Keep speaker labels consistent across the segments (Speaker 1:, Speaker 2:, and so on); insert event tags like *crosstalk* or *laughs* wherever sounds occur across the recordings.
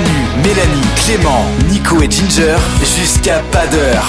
Speaker 1: Mélanie, Clément, Nico et Ginger jusqu'à pas d'heure.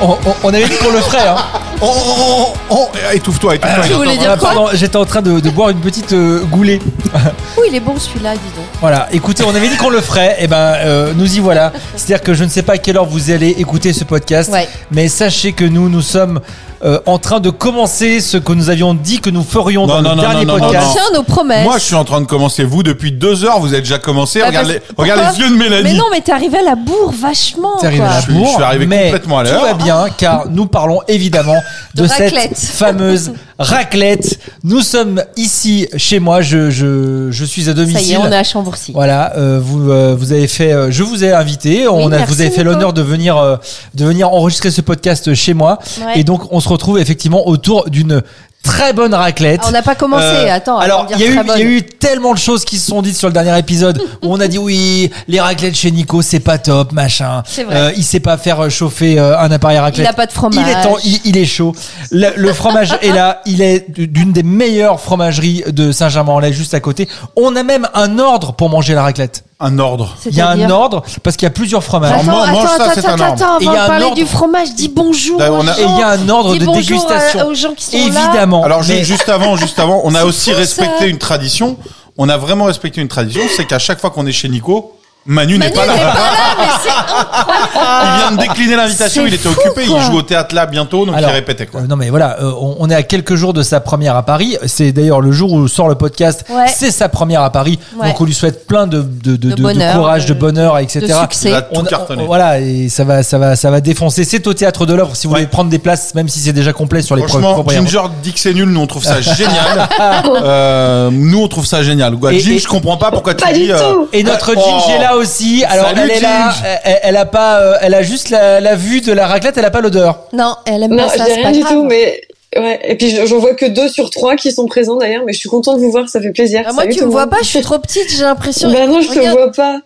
Speaker 2: On, on- on avait dit qu'on le ferait. Hein.
Speaker 3: Oh, oh, oh, oh, eh, étouffe-toi, étouffe-toi.
Speaker 4: Tu voulais dire
Speaker 2: Ah,
Speaker 4: quoi
Speaker 2: pardon, j'étais en train de, de boire une petite euh, goulée.
Speaker 4: Ouh, Oh, il est bon celui-là, dis donc.
Speaker 2: Voilà, écoutez, on avait dit qu'on le ferait, et ben euh, nous y voilà. C'est-à-dire que je ne sais pas à quelle heure vous allez écouter ce podcast,
Speaker 4: Ouais.
Speaker 2: mais sachez que nous, nous sommes euh, en train de commencer ce que nous avions dit que nous ferions
Speaker 3: Non,
Speaker 2: dans
Speaker 3: non,
Speaker 2: le
Speaker 3: non,
Speaker 2: dernier
Speaker 3: non, non,
Speaker 4: On
Speaker 2: podcast.
Speaker 3: non.
Speaker 4: tient nos promesses.
Speaker 3: Moi, je suis en train de commencer. Vous, depuis deux heures, vous êtes déjà commencé.
Speaker 4: Bah,
Speaker 3: regarde
Speaker 4: parce-
Speaker 3: les, regarde
Speaker 4: pourquoi
Speaker 3: les yeux de Mélanie.
Speaker 4: Mais non, mais t'es arrivé à la bourre vachement.
Speaker 2: C'est arrivé
Speaker 4: quoi.
Speaker 2: à
Speaker 3: Je suis- je
Speaker 2: Bourg,
Speaker 3: suis arrivé
Speaker 2: mais
Speaker 3: complètement à l'heure.
Speaker 2: Tout va bien car nous parlons évidemment de,
Speaker 4: De
Speaker 2: cette
Speaker 4: raclette.
Speaker 2: fameuse raclette. Nous sommes ici chez moi, je, je, je suis à
Speaker 4: Ça
Speaker 2: domicile.
Speaker 4: y est, on est à Chambourcy.
Speaker 2: Voilà, euh, vous euh, vous avez fait, euh, je vous ai invité, on a,
Speaker 4: merci,
Speaker 2: vous avez fait
Speaker 4: Nico.
Speaker 2: l'honneur de venir euh, de venir enregistrer ce podcast chez moi,
Speaker 4: Ouais.
Speaker 2: et donc on se retrouve effectivement autour d'une très bonne raclette.
Speaker 4: Ah, on n'a pas commencé, attends, avant
Speaker 2: Euh, Alors
Speaker 4: de
Speaker 2: il
Speaker 4: dire
Speaker 2: y, a eu-
Speaker 4: très
Speaker 2: il y a
Speaker 4: bonne.
Speaker 2: eu tellement de choses qui se sont dites sur le dernier
Speaker 4: *laughs*
Speaker 2: épisode où on a dit oui les raclettes chez Nico c'est pas top machin. Euh,
Speaker 4: C'est vrai.
Speaker 2: il sait pas faire chauffer euh, un appareil à raclette.
Speaker 4: Il a pas de fromage.
Speaker 2: Il est temps, il, il est chaud. Le, le fromage est là. Il est d'une des meilleures fromageries de Saint-Germain-en-Laye, juste à côté. On a même un ordre pour manger la raclette.
Speaker 3: Un ordre.
Speaker 2: Il y a un
Speaker 4: C'est-à-dire
Speaker 2: ordre parce qu'il y a plusieurs fromages.
Speaker 3: Alors,
Speaker 4: Attends,
Speaker 3: man- mange
Speaker 4: attends,
Speaker 3: ça,
Speaker 4: attends,
Speaker 3: c'est
Speaker 4: attends,
Speaker 3: un ordre.
Speaker 4: attends,
Speaker 2: Et il
Speaker 4: avant
Speaker 2: y a
Speaker 4: de
Speaker 2: un
Speaker 4: parler
Speaker 2: ordre.
Speaker 4: du fromage, dis bonjour.
Speaker 3: Là, on
Speaker 4: aux
Speaker 3: a-
Speaker 4: gens.
Speaker 2: Et il y a un ordre
Speaker 4: Dis
Speaker 2: de
Speaker 4: bonjour à-
Speaker 2: dégustation.
Speaker 4: aux gens qui sont là.
Speaker 2: Évidemment.
Speaker 3: Alors, ju-
Speaker 2: Mais-
Speaker 3: juste avant, juste avant, on a
Speaker 4: C'est
Speaker 3: aussi
Speaker 4: fou,
Speaker 3: respecté
Speaker 4: ça.
Speaker 3: une tradition. On a vraiment respecté une tradition, c'est qu'à chaque fois qu'on est chez Nico, Manu n'est
Speaker 4: Manu
Speaker 3: pas
Speaker 4: n'est
Speaker 3: là.
Speaker 4: pas là, mais c'est
Speaker 3: Il vient de décliner l'invitation,
Speaker 4: C'est
Speaker 3: il était
Speaker 4: fou, hein.
Speaker 3: occupé,
Speaker 4: quoi.
Speaker 3: il joue au théâtre là bientôt, donc
Speaker 2: Alors,
Speaker 3: il répétait quoi.
Speaker 2: euh, non mais voilà, euh, on, on est à quelques jours de sa première à Paris. C'est d'ailleurs le jour où sort le podcast.
Speaker 4: Ouais.
Speaker 2: C'est sa première à Paris.
Speaker 4: Ouais.
Speaker 2: Donc on lui souhaite plein de, de, de-
Speaker 4: De
Speaker 2: de- de
Speaker 4: bonheur,
Speaker 2: courage, de,
Speaker 4: de-
Speaker 2: bonheur, etc.
Speaker 4: de succès.
Speaker 3: Il va tout cartonner.
Speaker 2: voilà, et ça va, ça va, ça va défoncer. C'est au théâtre de l'œuvre. Si vous
Speaker 3: Ouais.
Speaker 2: voulez prendre des places, même si c'est déjà complet sur les
Speaker 3: Franchement,
Speaker 2: premières.
Speaker 3: Ginger dit que c'est nul, nous on trouve ça génial. Euh, nous on trouve ça génial. Quoi.
Speaker 2: Et-
Speaker 3: Ginger,
Speaker 2: et-
Speaker 3: je comprends pas pourquoi tu
Speaker 5: Pas
Speaker 3: dis.
Speaker 5: du
Speaker 3: euh,
Speaker 5: tout.
Speaker 2: Et notre
Speaker 3: Oh.
Speaker 2: Ginge est là aussi. Alors
Speaker 3: Salut,
Speaker 2: elle est là.
Speaker 3: Ginge.
Speaker 2: Elle, elle a pas, euh, elle a juste la, la vue de la raclette. Elle a pas l'odeur.
Speaker 4: Non, elle aime
Speaker 5: Non,
Speaker 4: pas
Speaker 5: je
Speaker 4: Bah, ça,
Speaker 5: dis
Speaker 4: c'est
Speaker 5: rien
Speaker 4: pas
Speaker 5: du
Speaker 4: grave.
Speaker 5: tout, mais ouais. Et puis je- j'en vois que deux sur trois qui sont présents d'ailleurs, mais je suis contente de vous voir, ça fait plaisir.
Speaker 4: Ah, Moi,
Speaker 5: Salut
Speaker 4: tu
Speaker 5: tout
Speaker 4: me
Speaker 5: le
Speaker 4: vois
Speaker 5: monde.
Speaker 4: pas, je suis trop petite, j'ai l'impression.
Speaker 5: Bah non, je te
Speaker 4: Regarde.
Speaker 5: vois pas.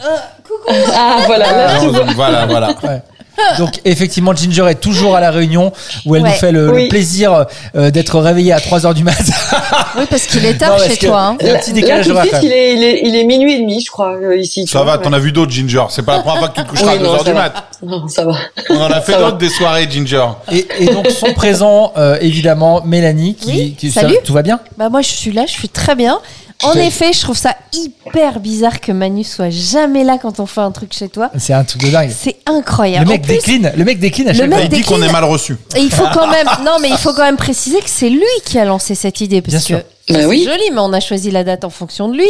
Speaker 4: Euh, coucou.
Speaker 5: *laughs* Ah voilà, là, je te vois.
Speaker 3: euh, voilà, voilà.
Speaker 4: *laughs*
Speaker 2: Donc effectivement, Ginger est toujours à la réunion où elle
Speaker 4: Ouais.
Speaker 2: nous fait le, le
Speaker 5: Oui.
Speaker 2: plaisir euh, d'être réveillée à 3 heures du matin.
Speaker 4: Oui, parce qu'il est
Speaker 2: Non,
Speaker 4: tard
Speaker 2: parce
Speaker 4: chez
Speaker 2: que
Speaker 4: toi. hein.
Speaker 2: Il y a un petit décalage
Speaker 5: là, tout de
Speaker 2: horaire.
Speaker 5: suite, il est, il, est, il est minuit et demi, je crois, euh, ici. tu
Speaker 3: Ça
Speaker 5: vois,
Speaker 3: va, t'en
Speaker 5: ouais.
Speaker 3: as vu d'autres, Ginger. C'est pas la première fois que tu te coucheras
Speaker 5: Oui,
Speaker 3: à 2
Speaker 5: non,
Speaker 3: heures
Speaker 5: ça
Speaker 3: du
Speaker 5: va.
Speaker 3: mat.
Speaker 5: Non, ça va.
Speaker 3: On en a fait
Speaker 5: Ça va.
Speaker 3: d'autres des soirées, Ginger.
Speaker 2: Et, et donc sont présents euh, évidemment Mélanie qui,
Speaker 4: Oui,
Speaker 2: qui-
Speaker 4: salut.
Speaker 2: ça- tout va bien
Speaker 4: Bah moi je suis là, je suis très bien. En
Speaker 2: C'est-
Speaker 4: effet, je trouve ça hyper bizarre que Manu soit jamais là quand on fait un truc chez toi.
Speaker 2: C'est un truc de dingue.
Speaker 4: C'est
Speaker 2: Le
Speaker 4: incroyable.
Speaker 2: mec
Speaker 4: en plus,
Speaker 2: décline, le mec décline à
Speaker 4: Le
Speaker 2: chaque
Speaker 4: mec
Speaker 2: fois.
Speaker 3: Il dit qu'on
Speaker 4: décline.
Speaker 3: est mal reçu.
Speaker 4: et
Speaker 2: *laughs*
Speaker 4: il faut quand même non mais il faut quand même préciser que c'est lui qui a lancé cette idée parce
Speaker 2: Bien
Speaker 4: que
Speaker 2: sûr.
Speaker 4: c'est
Speaker 5: Bah oui.
Speaker 4: joli mais on a choisi la date en fonction de lui.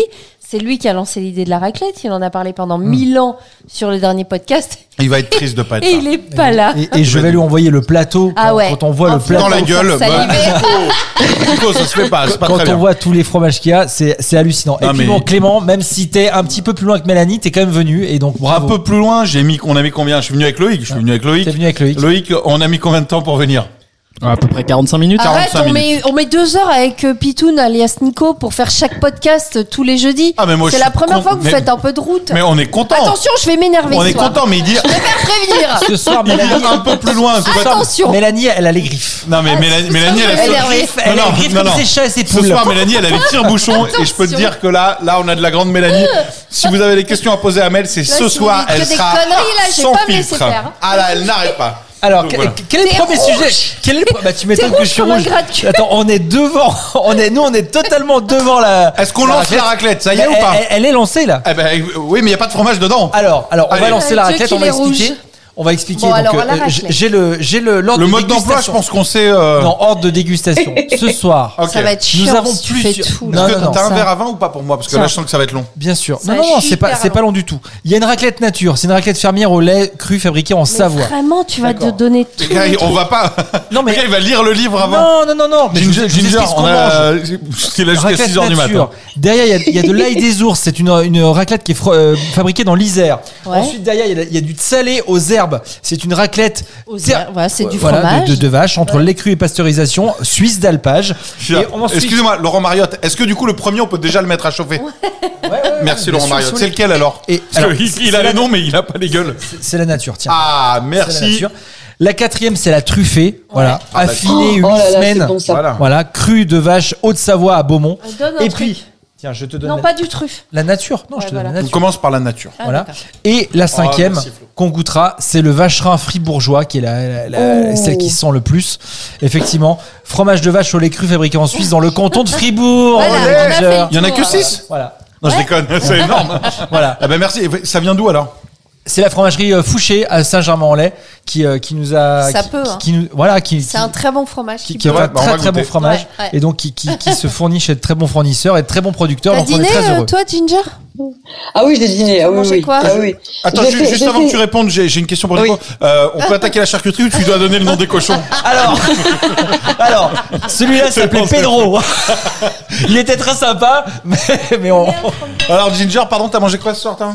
Speaker 4: C'est lui qui a lancé l'idée de la raclette, il en a parlé pendant
Speaker 2: Hmm.
Speaker 4: mille ans sur le dernier podcast
Speaker 3: Il va être triste de pas être
Speaker 4: et il
Speaker 3: là.
Speaker 4: est pas là.
Speaker 2: Et, et je vais lui envoyer le plateau
Speaker 4: Ah
Speaker 2: quand,
Speaker 4: ouais.
Speaker 2: quand on voit
Speaker 4: En
Speaker 2: le
Speaker 4: fait,
Speaker 2: plateau.
Speaker 3: Dans la
Speaker 4: Faut
Speaker 3: gueule, bah,
Speaker 4: saliver.
Speaker 3: Nico, Nico, ça se fait pas, c'est pas
Speaker 2: Quand
Speaker 3: très
Speaker 2: on
Speaker 3: bien.
Speaker 2: voit tous les fromages qu'il y a, c'est c'est hallucinant. et
Speaker 3: Non,
Speaker 2: puis
Speaker 3: mais-
Speaker 2: bon, Clément, même si t'es un petit peu plus loin que Mélanie, t'es quand même venu et donc
Speaker 3: Un
Speaker 2: bravo.
Speaker 3: peu plus loin, j'ai mis, on a mis combien Je suis venu avec Loïc. Je suis venu avec Loïc.
Speaker 2: T'es venu avec Loïc.
Speaker 3: Loïc, on a mis combien de temps pour venir
Speaker 6: À peu près 45 minutes.
Speaker 4: Arrête,
Speaker 3: 45
Speaker 4: on met, on met deux heures avec euh, Pitoun alias Nico pour faire chaque podcast euh, tous les jeudis.
Speaker 3: Ah, mais moi,
Speaker 4: c'est
Speaker 3: je
Speaker 4: la
Speaker 3: suis
Speaker 4: première
Speaker 3: con-
Speaker 4: fois que vous
Speaker 3: mais-
Speaker 4: faites un peu de route.
Speaker 3: Mais on est content.
Speaker 4: Attention, je vais m'énerver
Speaker 3: on
Speaker 4: ce
Speaker 3: est
Speaker 4: soir.
Speaker 3: content, mais il dit,
Speaker 4: Prévenir.
Speaker 2: Ce soir,
Speaker 3: il dit
Speaker 2: Mélanie,
Speaker 3: un peu plus loin. c'est pas-
Speaker 4: *laughs* Attention.
Speaker 2: Mélanie, elle a les griffes.
Speaker 3: Non mais Mélanie, Mélanie, elle a
Speaker 4: Elle est
Speaker 3: fait-
Speaker 4: énervée.
Speaker 2: Elle
Speaker 3: Non,
Speaker 2: a
Speaker 3: non,
Speaker 2: les griffes
Speaker 3: non,
Speaker 2: comme
Speaker 3: non.
Speaker 2: ses chats et ses
Speaker 3: Ce
Speaker 2: poules.
Speaker 3: soir, Mélanie, elle a les
Speaker 4: *laughs*
Speaker 3: tire-bouchons et je peux te
Speaker 4: Attention.
Speaker 3: dire que là, là, on a de la grande Mélanie. Si vous avez des questions à poser à Mel, c'est
Speaker 4: Là,
Speaker 3: ce
Speaker 4: si
Speaker 3: soir,
Speaker 4: vous dites
Speaker 3: elle
Speaker 4: que des
Speaker 3: sera
Speaker 4: conneries, là, je vais
Speaker 3: sans
Speaker 4: pas me laisser
Speaker 3: filtre.
Speaker 4: faire.
Speaker 3: Ah là, elle n'arrête pas.
Speaker 2: Alors,
Speaker 3: Donc,
Speaker 2: que-
Speaker 3: voilà.
Speaker 2: quel est
Speaker 4: T'es
Speaker 2: le premier
Speaker 4: rouge.
Speaker 2: sujet Quel est le pro- Bah, tu m'étonnes
Speaker 4: T'es
Speaker 2: que je suis
Speaker 4: rouge comme un
Speaker 2: rouge.
Speaker 4: gratte cul.
Speaker 2: Attends, on est devant. On est, nous, on est totalement devant la.
Speaker 3: Est-ce qu'on lance la raclette Ça y est ou
Speaker 2: Elle-
Speaker 3: pas
Speaker 2: elle, elle est lancée là.
Speaker 3: Eh ben euh, oui, mais il y a pas de fromage dedans.
Speaker 2: Alors, alors, on va
Speaker 3: Allez.
Speaker 2: lancer la
Speaker 4: Euh, Dieu
Speaker 2: raclette.
Speaker 4: qu'il
Speaker 2: On va
Speaker 4: est rouge.
Speaker 2: expliquer. On va expliquer.
Speaker 4: Bon,
Speaker 2: Donc,
Speaker 4: alors, la
Speaker 2: euh,
Speaker 4: raclette.
Speaker 2: j'ai le, j'ai le. l'ordre
Speaker 3: Le
Speaker 2: de
Speaker 3: mode d'emploi, je
Speaker 2: dégustation.
Speaker 3: pense qu'on sait. euh,
Speaker 2: Non, ordre de
Speaker 4: *laughs*
Speaker 2: dégustation. Ce soir.
Speaker 3: *laughs* ok.
Speaker 4: Ça va être chiant
Speaker 2: Nous avons
Speaker 4: si tu
Speaker 2: plus
Speaker 4: fais
Speaker 2: sur-
Speaker 4: tout.
Speaker 2: Non,
Speaker 3: Est-ce
Speaker 2: non, non,
Speaker 3: que t'as un
Speaker 4: ça-
Speaker 3: verre à vin ou pas pour moi Parce que là,
Speaker 2: Ça-
Speaker 3: je sens que ça va
Speaker 2: *laughs*
Speaker 3: être long.
Speaker 2: Bien sûr. Non,
Speaker 4: Ça va
Speaker 2: non,
Speaker 4: être
Speaker 2: non, c'est pas,
Speaker 4: hyper
Speaker 2: c'est pas
Speaker 4: long.
Speaker 2: long du tout. Il y a une raclette nature. C'est une raclette fermière au lait cru fabriquée en
Speaker 4: Mais
Speaker 2: Savoie.
Speaker 4: Vraiment, tu vas te
Speaker 2: D'accord.
Speaker 4: donner tout.
Speaker 3: Les gars, on va pas.
Speaker 2: Non, mais-
Speaker 3: Les gars, il va lire le livre avant.
Speaker 2: Non, non, non, non. Mais je vous- je
Speaker 3: Ginger,
Speaker 2: vous
Speaker 3: Ginger,
Speaker 2: explique ce qu'on
Speaker 3: on
Speaker 2: mange.
Speaker 3: a. C'est là jusqu'à
Speaker 2: euh, Raclette
Speaker 3: 6 heures du
Speaker 2: nature.
Speaker 3: matin.
Speaker 2: Derrière, il y a- il y, a
Speaker 4: *laughs*
Speaker 2: de l'ail des ours. C'est une, une raclette qui est fro- euh, fabriquée dans l'Isère.
Speaker 4: Ouais.
Speaker 2: Ensuite, derrière, il y a- il y, a du salé aux herbes. C'est une raclette.
Speaker 4: Aux
Speaker 2: ter-
Speaker 4: herbes, voilà, c'est du
Speaker 2: voilà, de-
Speaker 4: fromage.
Speaker 2: De, de vache entre lait cru et pasteurisation, suisse d'alpage.
Speaker 3: Je suis là.
Speaker 2: Et ensuite-
Speaker 3: Excusez-moi, Laurent Mariotte, est-ce que du coup le premier on peut déjà le mettre à chauffer
Speaker 2: Ouais, ouais, ouais,
Speaker 3: Merci
Speaker 2: bien
Speaker 3: Laurent
Speaker 2: sûr,
Speaker 3: Mariotte.
Speaker 2: sous
Speaker 3: C'est
Speaker 2: les-
Speaker 3: lequel alors
Speaker 2: Et-
Speaker 3: Parce que
Speaker 2: alors,
Speaker 3: il, il a les noms mais il a pas les gueules.
Speaker 2: C'est la nature, tiens.
Speaker 3: Ah
Speaker 2: C'est la,
Speaker 3: merci.
Speaker 2: nature. La quatrième, c'est la truffée. Voilà,
Speaker 3: Ah, bah,
Speaker 2: affinée
Speaker 5: oh
Speaker 2: huit
Speaker 5: là là, c'est
Speaker 2: semaines.
Speaker 5: bon ça.
Speaker 3: Voilà.
Speaker 2: Voilà, crue de vache Haute-Savoie à Beaumont.
Speaker 4: Bah, Donne Ah, un
Speaker 2: Et
Speaker 4: truc.
Speaker 2: puis, Tiens, je te donne
Speaker 4: Non,
Speaker 2: la,
Speaker 4: pas du truffe.
Speaker 2: la nature. Non,
Speaker 4: Ouais,
Speaker 2: je te donne
Speaker 4: voilà.
Speaker 2: la
Speaker 3: On
Speaker 2: nature.
Speaker 3: commence par la nature.
Speaker 4: Ah,
Speaker 2: Voilà.
Speaker 4: d'accord.
Speaker 2: Et la cinquième
Speaker 3: merci, Flo.
Speaker 2: qu'on goûtera, c'est le vacherin fribourgeois, qui est la, la- la-
Speaker 5: Oh.
Speaker 2: celle qui sent le plus. Effectivement, fromage de vache au lait cru fabriqué en Suisse dans le canton de Fribourg.
Speaker 4: Voilà, on a fait le
Speaker 3: Il y en a
Speaker 4: tour,
Speaker 3: que
Speaker 4: alors.
Speaker 3: 6
Speaker 2: Ah, Voilà,
Speaker 3: Non, je déconne, c'est énorme.
Speaker 2: *laughs* voilà.
Speaker 3: Ah ben merci. Et Ça vient d'où alors
Speaker 2: C'est la fromagerie euh, Fouché à Saint-Germain-en-Laye qui, euh, qui nous a.
Speaker 4: Ça
Speaker 2: qui,
Speaker 4: peut,
Speaker 2: qui-
Speaker 4: hein.
Speaker 2: qui nous, voilà, qui.
Speaker 4: C'est un très bon fromage.
Speaker 2: qui,
Speaker 4: qui
Speaker 2: qui est
Speaker 3: Ouais,
Speaker 2: un
Speaker 3: bah, on
Speaker 2: très
Speaker 3: va
Speaker 2: très
Speaker 3: goûter.
Speaker 2: bon fromage
Speaker 4: Ouais, ouais.
Speaker 2: et donc qui, qui, qui se fournit chez de très bons fournisseurs et de très bons producteurs.
Speaker 4: T'as
Speaker 2: Donc on est
Speaker 4: dîné,
Speaker 2: très
Speaker 4: euh,
Speaker 2: heureux.
Speaker 4: toi, Ginger
Speaker 5: Ah oui, je l'ai dîné. Ah oui,
Speaker 4: Manger
Speaker 5: oui.
Speaker 4: quoi
Speaker 5: ah oui.
Speaker 3: Attends,
Speaker 5: J'ai
Speaker 3: ju-
Speaker 5: fait-
Speaker 3: juste
Speaker 5: j'ai
Speaker 3: avant
Speaker 5: fait-
Speaker 3: que tu répondes, j'ai j'ai une question pour
Speaker 5: Oui.
Speaker 3: toi. Euh, on peut attaquer la charcuterie ou tu dois donner le nom des cochons *laughs*
Speaker 2: Alors, alors celui-là s'appelait
Speaker 3: pense que-
Speaker 2: Pedro. *laughs* Il était très sympa, mais, mais on.
Speaker 3: Alors Ginger, pardon, t'as mangé quoi ce soir toi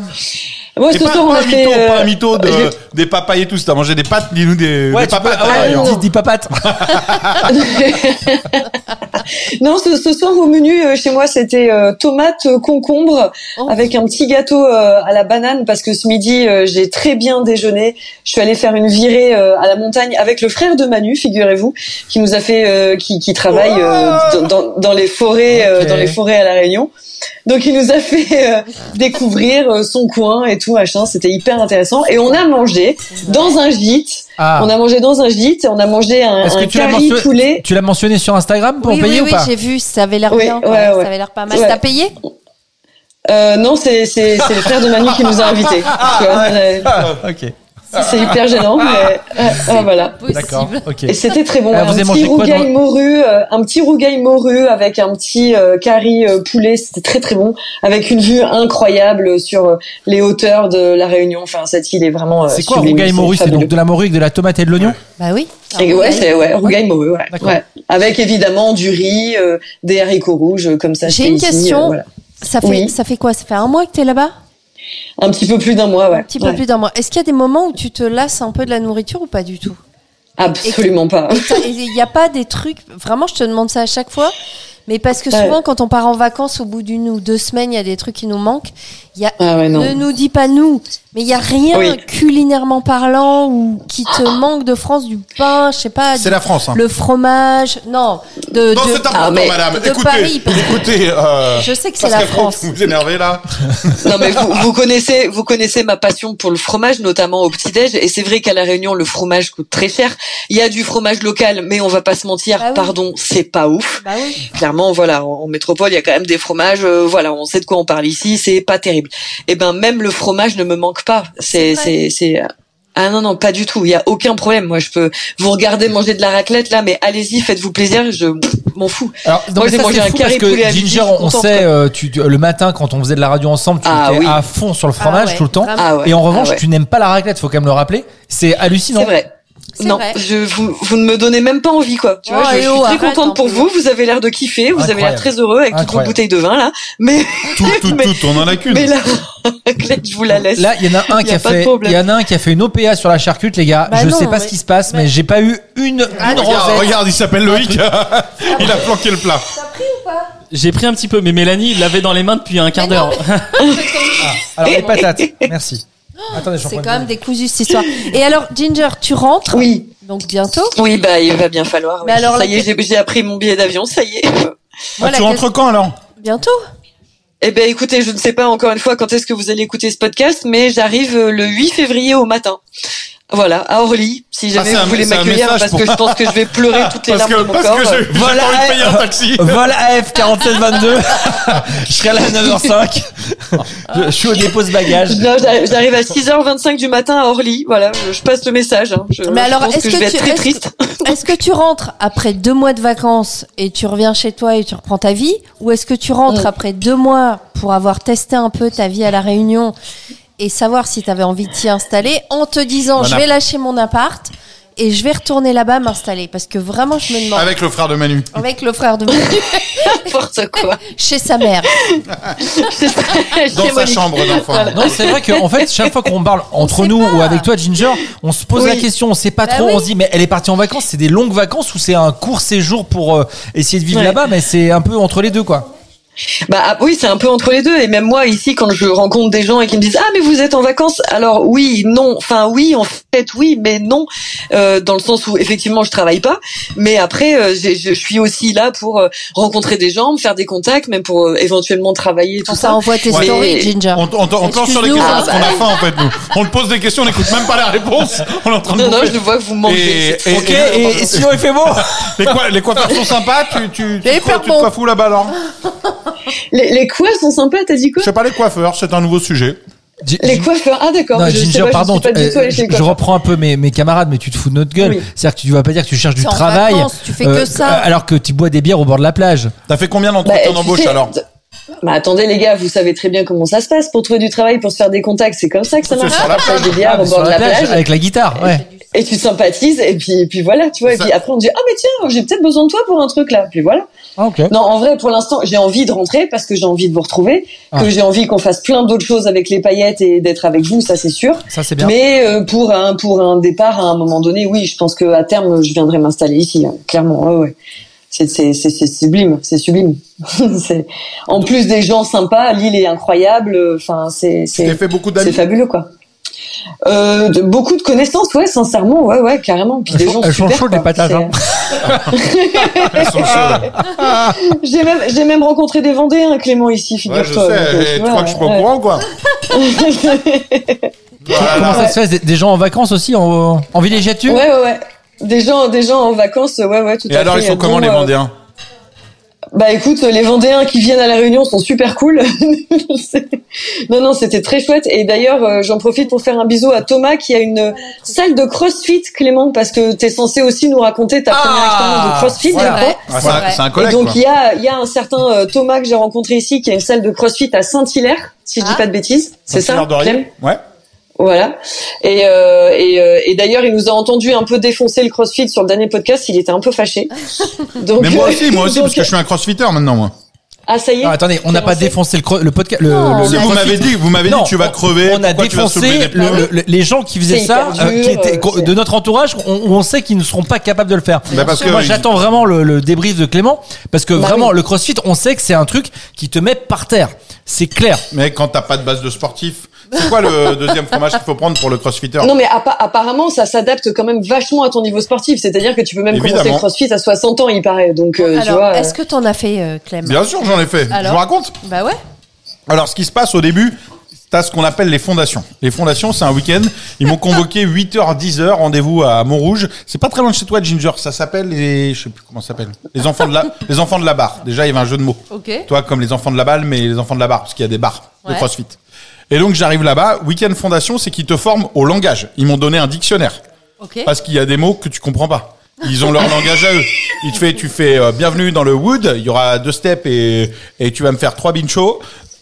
Speaker 5: Moi,
Speaker 3: Et
Speaker 5: ce
Speaker 3: pas,
Speaker 5: soir, on
Speaker 3: pas
Speaker 5: a
Speaker 3: un mytho,
Speaker 5: fait.
Speaker 3: pas
Speaker 5: euh,
Speaker 3: un mytho de-
Speaker 5: j'ai-
Speaker 3: des papayes et tout. T'as mangé des pâtes, dis-nous des, des
Speaker 2: tu peux-
Speaker 3: papates.
Speaker 2: ah ouais,
Speaker 3: hein, d'ailleurs.
Speaker 2: dis, dis papate.
Speaker 5: non, ce, ce soir au menu euh, chez moi, c'était euh, tomate, euh, concombre,
Speaker 4: Oh.
Speaker 5: avec un petit gâteau euh, à la banane parce que ce midi, euh, j'ai très bien déjeuné. Je suis allée faire une virée euh, à la montagne avec le frère de Manu, figurez-vous, qui nous a fait, euh, qui, qui travaille euh, dans, dans- dans les forêts, euh,
Speaker 2: Ok.
Speaker 5: dans les forêts à la Réunion. Donc il nous a fait euh, découvrir euh, son coin et tout machin. C'était hyper intéressant. Et on a mangé dans un gîte.
Speaker 2: Ah,
Speaker 5: On a mangé dans un gîte. On a mangé un,
Speaker 2: Est-ce que
Speaker 5: un
Speaker 2: tu l'as
Speaker 5: curry
Speaker 2: mentionné-
Speaker 5: poulet.
Speaker 2: tu l'as mentionné sur Instagram pour
Speaker 4: oui,
Speaker 2: payer
Speaker 4: oui,
Speaker 2: ou
Speaker 4: oui,
Speaker 2: pas
Speaker 4: j'ai vu, ça avait l'air
Speaker 5: Oui,
Speaker 4: bien.
Speaker 5: ouais,
Speaker 4: ouais,
Speaker 5: ouais.
Speaker 4: Ça avait l'air pas mal.
Speaker 5: Ouais.
Speaker 4: T'as payé
Speaker 5: Euh, non, c'est c'est c'est le frère de Manu qui nous a invités. Tu vois, euh,
Speaker 2: Ah, ok.
Speaker 5: C'est hyper gênant, mais
Speaker 4: Ah.
Speaker 5: euh, euh, voilà.
Speaker 2: D'accord.
Speaker 4: Possible.
Speaker 2: Ok.
Speaker 5: Et c'était très bon.
Speaker 2: Alors, Ah, vous
Speaker 5: un
Speaker 2: avez
Speaker 5: petit
Speaker 2: mangé quoi
Speaker 5: rougail
Speaker 2: dans-
Speaker 5: morue, euh, un petit rougail morue avec un petit euh, curry euh, poulet. C'était très très bon, avec une vue incroyable sur euh, les hauteurs de la Réunion. Enfin, cette île est vraiment. euh,
Speaker 2: C'est quoi
Speaker 5: sublime,
Speaker 2: rougail morue C'est
Speaker 5: fabuleux.
Speaker 2: donc de la morue avec de la tomate et de l'oignon.
Speaker 4: Bah oui.
Speaker 5: Et ouais, c'est ouais, rougail morue, ouais.
Speaker 2: D'accord.
Speaker 5: ouais. Avec évidemment du riz, euh, des haricots rouges euh, comme ça.
Speaker 4: J'ai
Speaker 5: chez
Speaker 4: une
Speaker 5: ici,
Speaker 4: question.
Speaker 5: voilà.
Speaker 4: ça, fait,
Speaker 5: oui.
Speaker 4: ça fait quoi Ça fait un mois que t'es là-bas
Speaker 5: Un petit peu plus d'un mois, ouais.
Speaker 4: Un petit
Speaker 5: Ouais.
Speaker 4: peu plus d'un mois. Est-ce qu'il y a des moments où tu te lasses un peu de la nourriture ou pas du tout
Speaker 5: Absolument pas.
Speaker 4: Et t'as- et Il n'y a pas des trucs. Vraiment, je te demande ça à chaque fois. Mais parce que
Speaker 5: Ouais.
Speaker 4: souvent, quand on part en vacances, au bout d'une ou deux semaines, il y a des trucs qui nous manquent. Il y a
Speaker 5: Ah ouais, non.
Speaker 4: Ne nous dis pas nous, mais il y a rien
Speaker 5: Oui.
Speaker 4: culinairement parlant ou qui te manque de France, du pain, je sais pas,
Speaker 3: C'est
Speaker 4: du-
Speaker 3: la France. Hein.
Speaker 4: le fromage, non,
Speaker 3: Non,
Speaker 4: de, de-
Speaker 3: c'est important,
Speaker 5: Ah, mais
Speaker 3: madame.
Speaker 4: de
Speaker 3: Écoutez,
Speaker 4: Paris, parce que-
Speaker 3: écoutez. Euh,
Speaker 4: je sais que c'est
Speaker 3: parce
Speaker 4: la
Speaker 3: qu'après,
Speaker 4: France.
Speaker 3: Vous vous énervez là.
Speaker 5: Non mais vous, vous connaissez vous connaissez ma passion pour le fromage notamment au petit déj et c'est vrai qu'à la Réunion le fromage coûte très cher. Il y a du fromage local mais on va pas se mentir
Speaker 4: Bah oui.
Speaker 5: pardon c'est pas ouf.
Speaker 4: Bah oui.
Speaker 5: Clairement voilà en en métropole il y a quand même des fromages euh, voilà on sait de quoi on parle ici c'est pas terrible. Et ben même le fromage ne me manque pas c'est
Speaker 4: C'est
Speaker 5: c'est c'est ah non non pas du tout il y a aucun problème moi je peux vous regarder manger de la raclette là mais allez-y faites-vous plaisir je m'en fous.
Speaker 2: Alors, non,
Speaker 5: Moi,
Speaker 2: mais
Speaker 5: j'ai
Speaker 2: ça,
Speaker 5: mangé
Speaker 2: c'est
Speaker 5: un
Speaker 2: fou
Speaker 5: carré
Speaker 2: parce que
Speaker 5: poulet à midi,
Speaker 2: Ginger,
Speaker 5: je suis
Speaker 2: on
Speaker 5: contente,
Speaker 2: sait, euh, tu, tu- le matin quand on faisait de la radio ensemble, tu
Speaker 5: Ah
Speaker 2: étais
Speaker 5: oui.
Speaker 2: à fond sur le fromage
Speaker 4: Ah ouais.
Speaker 2: tout le temps.
Speaker 4: Grave.
Speaker 5: Ah ouais.
Speaker 2: Et en revanche,
Speaker 5: ah ouais.
Speaker 2: tu n'aimes pas la raclette, faut quand même le rappeler. C'est hallucinant.
Speaker 5: C'est vrai.
Speaker 4: C'est
Speaker 5: Non,
Speaker 4: vrai.
Speaker 5: je vous, vous ne me donnez même pas envie quoi. Tu
Speaker 4: Oh,
Speaker 5: vois, je,
Speaker 4: et
Speaker 5: suis
Speaker 4: oh,
Speaker 5: très
Speaker 4: arrête, en
Speaker 5: contente pour
Speaker 4: plus.
Speaker 5: vous. Vous avez l'air de kiffer. Vous avez
Speaker 2: Incroyable.
Speaker 5: l'air très heureux avec toutes vos
Speaker 2: Incroyable.
Speaker 5: bouteilles de vin là. Mais
Speaker 3: Tout, tout,
Speaker 5: Mais-
Speaker 3: tout, on en a
Speaker 5: mais
Speaker 3: qu'une.
Speaker 5: là, *laughs* je vous la laisse.
Speaker 2: Là, il y en a un qui
Speaker 5: Y
Speaker 2: a,
Speaker 5: a pas de
Speaker 2: fait, il
Speaker 5: problème.
Speaker 2: y en a un qui a fait une OPA sur la charcute, les gars.
Speaker 4: Bah
Speaker 2: je
Speaker 4: non,
Speaker 2: sais pas
Speaker 4: mais-
Speaker 2: ce qui se passe, mais,
Speaker 4: mais-
Speaker 2: j'ai pas eu une, une
Speaker 3: Ah, Regarde,
Speaker 2: rosette.
Speaker 3: regarde, il s'appelle Loïc. *laughs* il a planqué le plat.
Speaker 6: J'ai pris un petit peu, mais Mélanie l'avait dans les mains depuis un quart d'heure.
Speaker 2: Ah, alors les patates. Merci. Attendez, j'en
Speaker 4: C'est
Speaker 2: prends
Speaker 4: quand
Speaker 2: une
Speaker 4: même décousu cette histoire. Et alors, Ginger, tu rentres,
Speaker 5: Oui,
Speaker 4: donc bientôt.
Speaker 5: oui, bah il va bien falloir.
Speaker 4: Mais
Speaker 5: oui.
Speaker 4: alors,
Speaker 5: ça
Speaker 4: le-
Speaker 5: y est, j'ai- j'ai appris mon billet d'avion. Ça y est. *laughs*
Speaker 3: Ah,
Speaker 4: Voilà,
Speaker 3: tu rentres quand alors
Speaker 4: Bientôt.
Speaker 5: Eh ben écoutez, je ne sais pas encore une fois quand est-ce que vous allez écouter ce podcast, mais j'arrive euh, le 8 février au matin. Voilà, à Orly, si jamais
Speaker 3: Ah, c'est un-
Speaker 5: vous voulez
Speaker 3: c'est un
Speaker 5: m'accueillir,
Speaker 3: message
Speaker 5: parce
Speaker 3: pour- *laughs*
Speaker 5: que je pense que je vais pleurer toutes les
Speaker 3: Parce
Speaker 5: larmes
Speaker 3: que,
Speaker 5: de mon
Speaker 3: parce
Speaker 5: corps.
Speaker 3: que j'ai j'ai
Speaker 2: Voilà.
Speaker 3: pas envie de payer un taxi.
Speaker 2: Vol AF 4722. je serai là à 9h05. je, je suis au dépôt de bagages.
Speaker 5: Non, j'arrive j'arrive à 6h25 du matin à Orly. Voilà, je, je passe le message. hein. Je,
Speaker 4: Mais
Speaker 5: je
Speaker 4: alors,
Speaker 5: pense
Speaker 4: est-ce
Speaker 5: que, je
Speaker 4: que
Speaker 5: vais
Speaker 4: tu-
Speaker 5: être très
Speaker 4: est-ce
Speaker 5: triste.
Speaker 4: Est-ce que tu rentres après deux mois de vacances et tu reviens chez toi et tu reprends ta vie Ou est-ce que tu rentres
Speaker 5: Mm.
Speaker 4: après deux mois pour avoir testé un peu ta vie à La Réunion et savoir si tu avais envie de t'y installer en te disant
Speaker 3: Mon
Speaker 4: je
Speaker 3: app-
Speaker 4: vais lâcher mon appart et je vais retourner là-bas m'installer Parce que vraiment, je me demande.
Speaker 3: *laughs*
Speaker 4: Avec,
Speaker 3: Avec le frère de Manu.
Speaker 4: le frère de Manu,
Speaker 5: *laughs* N'importe
Speaker 4: *laughs*
Speaker 5: quoi.
Speaker 4: chez
Speaker 3: *laughs*
Speaker 4: sa mère.
Speaker 5: C'est ça,
Speaker 3: Dans
Speaker 5: chez
Speaker 3: sa
Speaker 5: Monique.
Speaker 3: chambre d'enfant.
Speaker 2: Non, c'est vrai qu'en fait, chaque fois qu'on parle entre
Speaker 4: sait
Speaker 2: nous
Speaker 4: pas.
Speaker 2: ou avec toi, Ginger, on se pose
Speaker 5: Oui.
Speaker 2: la question, on sait pas
Speaker 4: Bah
Speaker 2: trop,
Speaker 4: oui.
Speaker 2: on se dit, mais elle est partie en vacances, c'est des longues vacances ou c'est un court séjour pour euh, essayer de vivre
Speaker 5: Ouais.
Speaker 2: là-bas, mais c'est un peu entre les deux, quoi.
Speaker 5: Bah ah, oui, c'est un peu entre les deux. Et même moi ici, quand je rencontre des gens et qui me disent ah mais vous êtes en vacances, alors oui, non, enfin oui, en fait oui, mais non, Euh, dans le sens où effectivement je travaille pas, mais après euh, j'ai- je, je suis aussi là pour euh, rencontrer des gens, me faire des contacts, même pour euh, éventuellement travailler tout
Speaker 4: Tout
Speaker 5: ça.
Speaker 4: ça envoie tes
Speaker 3: Ouais.
Speaker 4: stories, Ginger.
Speaker 3: On, on, on planche sur les
Speaker 4: Excuse-nous,
Speaker 3: questions
Speaker 4: hein.
Speaker 3: parce qu'on a faim en fait nous. On te pose des questions, on n'écoute même pas la réponse. On est en train de
Speaker 5: Non non,
Speaker 3: bouffer.
Speaker 5: je vois que vous mangez.
Speaker 3: Et-
Speaker 5: c'est
Speaker 3: et-
Speaker 5: trop
Speaker 2: Ok,
Speaker 5: bien.
Speaker 2: et, et sinon il fait beau.
Speaker 3: les, coi- les coiffeurs sont sympas, tu, tu, tu,
Speaker 4: Les
Speaker 3: te coiffes- tu te
Speaker 4: Fermons.
Speaker 3: coiffes où là-bas alors
Speaker 5: Les, les quoi sont sympas T'as dit quoi
Speaker 3: Je sais pas les coiffeurs, c'est un nouveau sujet.
Speaker 5: Les coiffeurs. Ah d'accord.
Speaker 2: Non,
Speaker 5: je sais
Speaker 2: Ginger,
Speaker 5: pas, je
Speaker 2: pardon,
Speaker 5: suis pas
Speaker 2: tu-
Speaker 5: du tout allée
Speaker 2: euh,
Speaker 5: chez les
Speaker 2: je, je
Speaker 5: coiffeurs.
Speaker 2: reprends un peu mes, mes camarades, mais tu te fous de notre gueule.
Speaker 5: Oui.
Speaker 2: C'est-à-dire que tu vas pas dire que tu cherches du
Speaker 4: C'est en
Speaker 2: travail. euh,
Speaker 4: vacances, tu fais que ça.
Speaker 2: Alors que tu bois des bières au bord de la plage.
Speaker 3: T'as fait combien
Speaker 5: Bah,
Speaker 3: d'entretiens
Speaker 5: tu
Speaker 3: d'embauche
Speaker 5: sais,
Speaker 3: alors
Speaker 5: d- Bah attendez les gars, vous savez très bien comment ça se passe pour trouver du travail, pour se faire des contacts, c'est comme ça que ça
Speaker 3: C'est
Speaker 5: marche.
Speaker 3: sur la
Speaker 5: Tu prends des
Speaker 2: Ah,
Speaker 5: bières
Speaker 2: mais
Speaker 5: au bord de la plage
Speaker 2: avec la guitare. Ouais.
Speaker 5: et tu sympathises et puis et puis voilà, tu vois. Et
Speaker 3: Ça-
Speaker 5: puis après on dit ah mais tiens, j'ai peut-être besoin de toi pour un truc là. Puis voilà.
Speaker 2: Ah, ok.
Speaker 5: Non en vrai pour l'instant j'ai envie de rentrer parce que j'ai envie de vous retrouver,
Speaker 2: Ah.
Speaker 5: que j'ai envie qu'on fasse plein d'autres choses avec les paillettes et d'être avec vous, ça c'est sûr.
Speaker 2: Ça c'est bien.
Speaker 5: Mais euh, pour un pour un départ à un moment donné, oui, je pense que à terme je viendrai m'installer ici, hein, clairement. Ouais, ouais. C'est c'est c'est c'est sublime, c'est sublime. *laughs* c'est en plus des gens sympas, l'île est incroyable. euh, Enfin, c'est
Speaker 3: Tu t'es
Speaker 5: c'est
Speaker 3: fait beaucoup
Speaker 5: c'est
Speaker 3: d'amis
Speaker 5: fabuleux quoi. Euh, de, beaucoup de connaissances, ouais, sincèrement, ouais, ouais, carrément. Puis des
Speaker 2: Elles sont-
Speaker 5: gens
Speaker 2: elles sont
Speaker 5: super,
Speaker 2: chaudes, les
Speaker 5: quoi.
Speaker 2: patates, hein.
Speaker 5: *laughs*
Speaker 3: Elles sont chaudes.
Speaker 5: C'est- J'ai même j'ai même rencontré des Vendéens, Clément ici,
Speaker 3: Ouais, je
Speaker 5: figure-toi. donc, euh,
Speaker 3: sais, et tu
Speaker 5: vois,
Speaker 3: crois que je suis pas au courant ou quoi
Speaker 5: *laughs*
Speaker 2: Comment ça
Speaker 3: Voilà.
Speaker 2: se fait des, des gens en vacances aussi en, en villégiature
Speaker 5: ouais, ouais, ouais. Des gens, des gens en vacances, ouais, ouais, tout
Speaker 3: Et
Speaker 5: à
Speaker 3: alors
Speaker 5: fait.
Speaker 3: ils sont
Speaker 5: dont,
Speaker 3: comment les
Speaker 5: euh,
Speaker 3: Vendéens
Speaker 5: Bah écoute, les Vendéens qui viennent à la Réunion sont super cool. *laughs* C'est- non non, c'était très chouette. Et d'ailleurs, euh, j'en profite pour faire un bisou à Thomas qui a une euh, salle de CrossFit, Clément, parce que t'es censé aussi nous raconter ta première expérience de CrossFit.
Speaker 2: voilà.
Speaker 5: d'accord
Speaker 3: Ah, c'est Ah un- C'est un
Speaker 5: Et
Speaker 3: collègue
Speaker 5: donc
Speaker 3: quoi.
Speaker 5: il y a, il y a un certain euh, Thomas que j'ai rencontré ici qui a une salle de CrossFit à Saint-Hilaire, si je dis
Speaker 4: Ah.
Speaker 5: pas de bêtises. C'est
Speaker 3: Saint-Hilaire
Speaker 5: ça,
Speaker 3: d'Orion
Speaker 5: Clem
Speaker 3: Ouais.
Speaker 5: voilà. Et, euh, et, euh, et d'ailleurs, il nous a entendu un peu défoncer le CrossFit sur le dernier podcast. Il était un
Speaker 3: *laughs*
Speaker 5: peu fâché. Donc,
Speaker 3: Mais moi aussi, moi aussi,
Speaker 5: *laughs* donc,
Speaker 3: parce que je suis un crossfitter maintenant moi.
Speaker 5: Ah ça y est.
Speaker 2: Non, attendez, on n'a pas
Speaker 5: Comment c'est
Speaker 2: défoncé le, cro- le podcast. Le,
Speaker 4: Non.
Speaker 2: le-
Speaker 4: Si,
Speaker 2: le
Speaker 3: vous
Speaker 2: profit.
Speaker 3: m'avez dit, vous m'avez dit
Speaker 2: Non,
Speaker 3: tu vas
Speaker 2: on-
Speaker 3: crever.
Speaker 2: On a
Speaker 3: pourquoi tu vas soulever
Speaker 2: défoncé
Speaker 3: les
Speaker 2: le-
Speaker 3: plans
Speaker 2: le- le- les gens qui faisaient
Speaker 5: C'est
Speaker 2: ça,
Speaker 5: hyper
Speaker 2: euh,
Speaker 5: dur,
Speaker 2: qui étaient-
Speaker 5: euh,
Speaker 2: qu'on-
Speaker 5: c'est-
Speaker 2: de notre entourage, on, on sait qu'ils ne seront pas capables de le faire.
Speaker 3: Bah, parce que
Speaker 2: moi,
Speaker 3: ils-
Speaker 2: j'attends vraiment le, le débrief de Clément parce que
Speaker 5: Bah
Speaker 2: vraiment
Speaker 5: oui.
Speaker 2: le CrossFit, on sait que c'est un truc qui te met par terre. C'est clair.
Speaker 3: Mais quand t'as pas de base de sportif, c'est quoi
Speaker 2: *laughs*
Speaker 3: le deuxième fromage qu'il faut prendre pour le crossfitter
Speaker 5: Non mais appa- apparemment ça s'adapte quand même vachement à ton niveau sportif, c'est-à-dire que tu peux même commencer
Speaker 3: Évidemment.
Speaker 5: le CrossFit à 60 ans il paraît, donc euh, tu vois.
Speaker 4: Alors,
Speaker 5: euh,
Speaker 4: est-ce que t'en as fait, euh, Clem
Speaker 3: Bien sûr, j'en ai fait. Je
Speaker 4: Alors
Speaker 3: vous raconte.
Speaker 4: Bah ouais.
Speaker 3: Alors, ce qui se passe au début, t'as ce qu'on appelle les fondations. Les fondations, c'est un week-end. Ils m'ont
Speaker 2: *laughs*
Speaker 3: convoqué 8h, 10h, rendez-vous à Montrouge. C'est pas très loin de chez toi, Ginger. Ça s'appelle les, je sais plus comment ça s'appelle. Les enfants de la, les enfants de la barre. Déjà, il y avait un jeu de mots.
Speaker 4: Ok.
Speaker 3: Toi, comme les enfants de la balle, mais les enfants de la barre, parce qu'il y a des bars de
Speaker 4: Ouais.
Speaker 3: crossfit. Et donc, j'arrive là-bas. Week-end fondation, c'est qu'ils te forment au langage. Ils m'ont donné un dictionnaire.
Speaker 4: Ok.
Speaker 3: Parce qu'il y a des mots que tu comprends pas. Ils ont leur langage à eux. Il te fait, tu fais euh, bienvenue dans le wood. Il y aura deux steps et, et tu vas me faire trois binchos.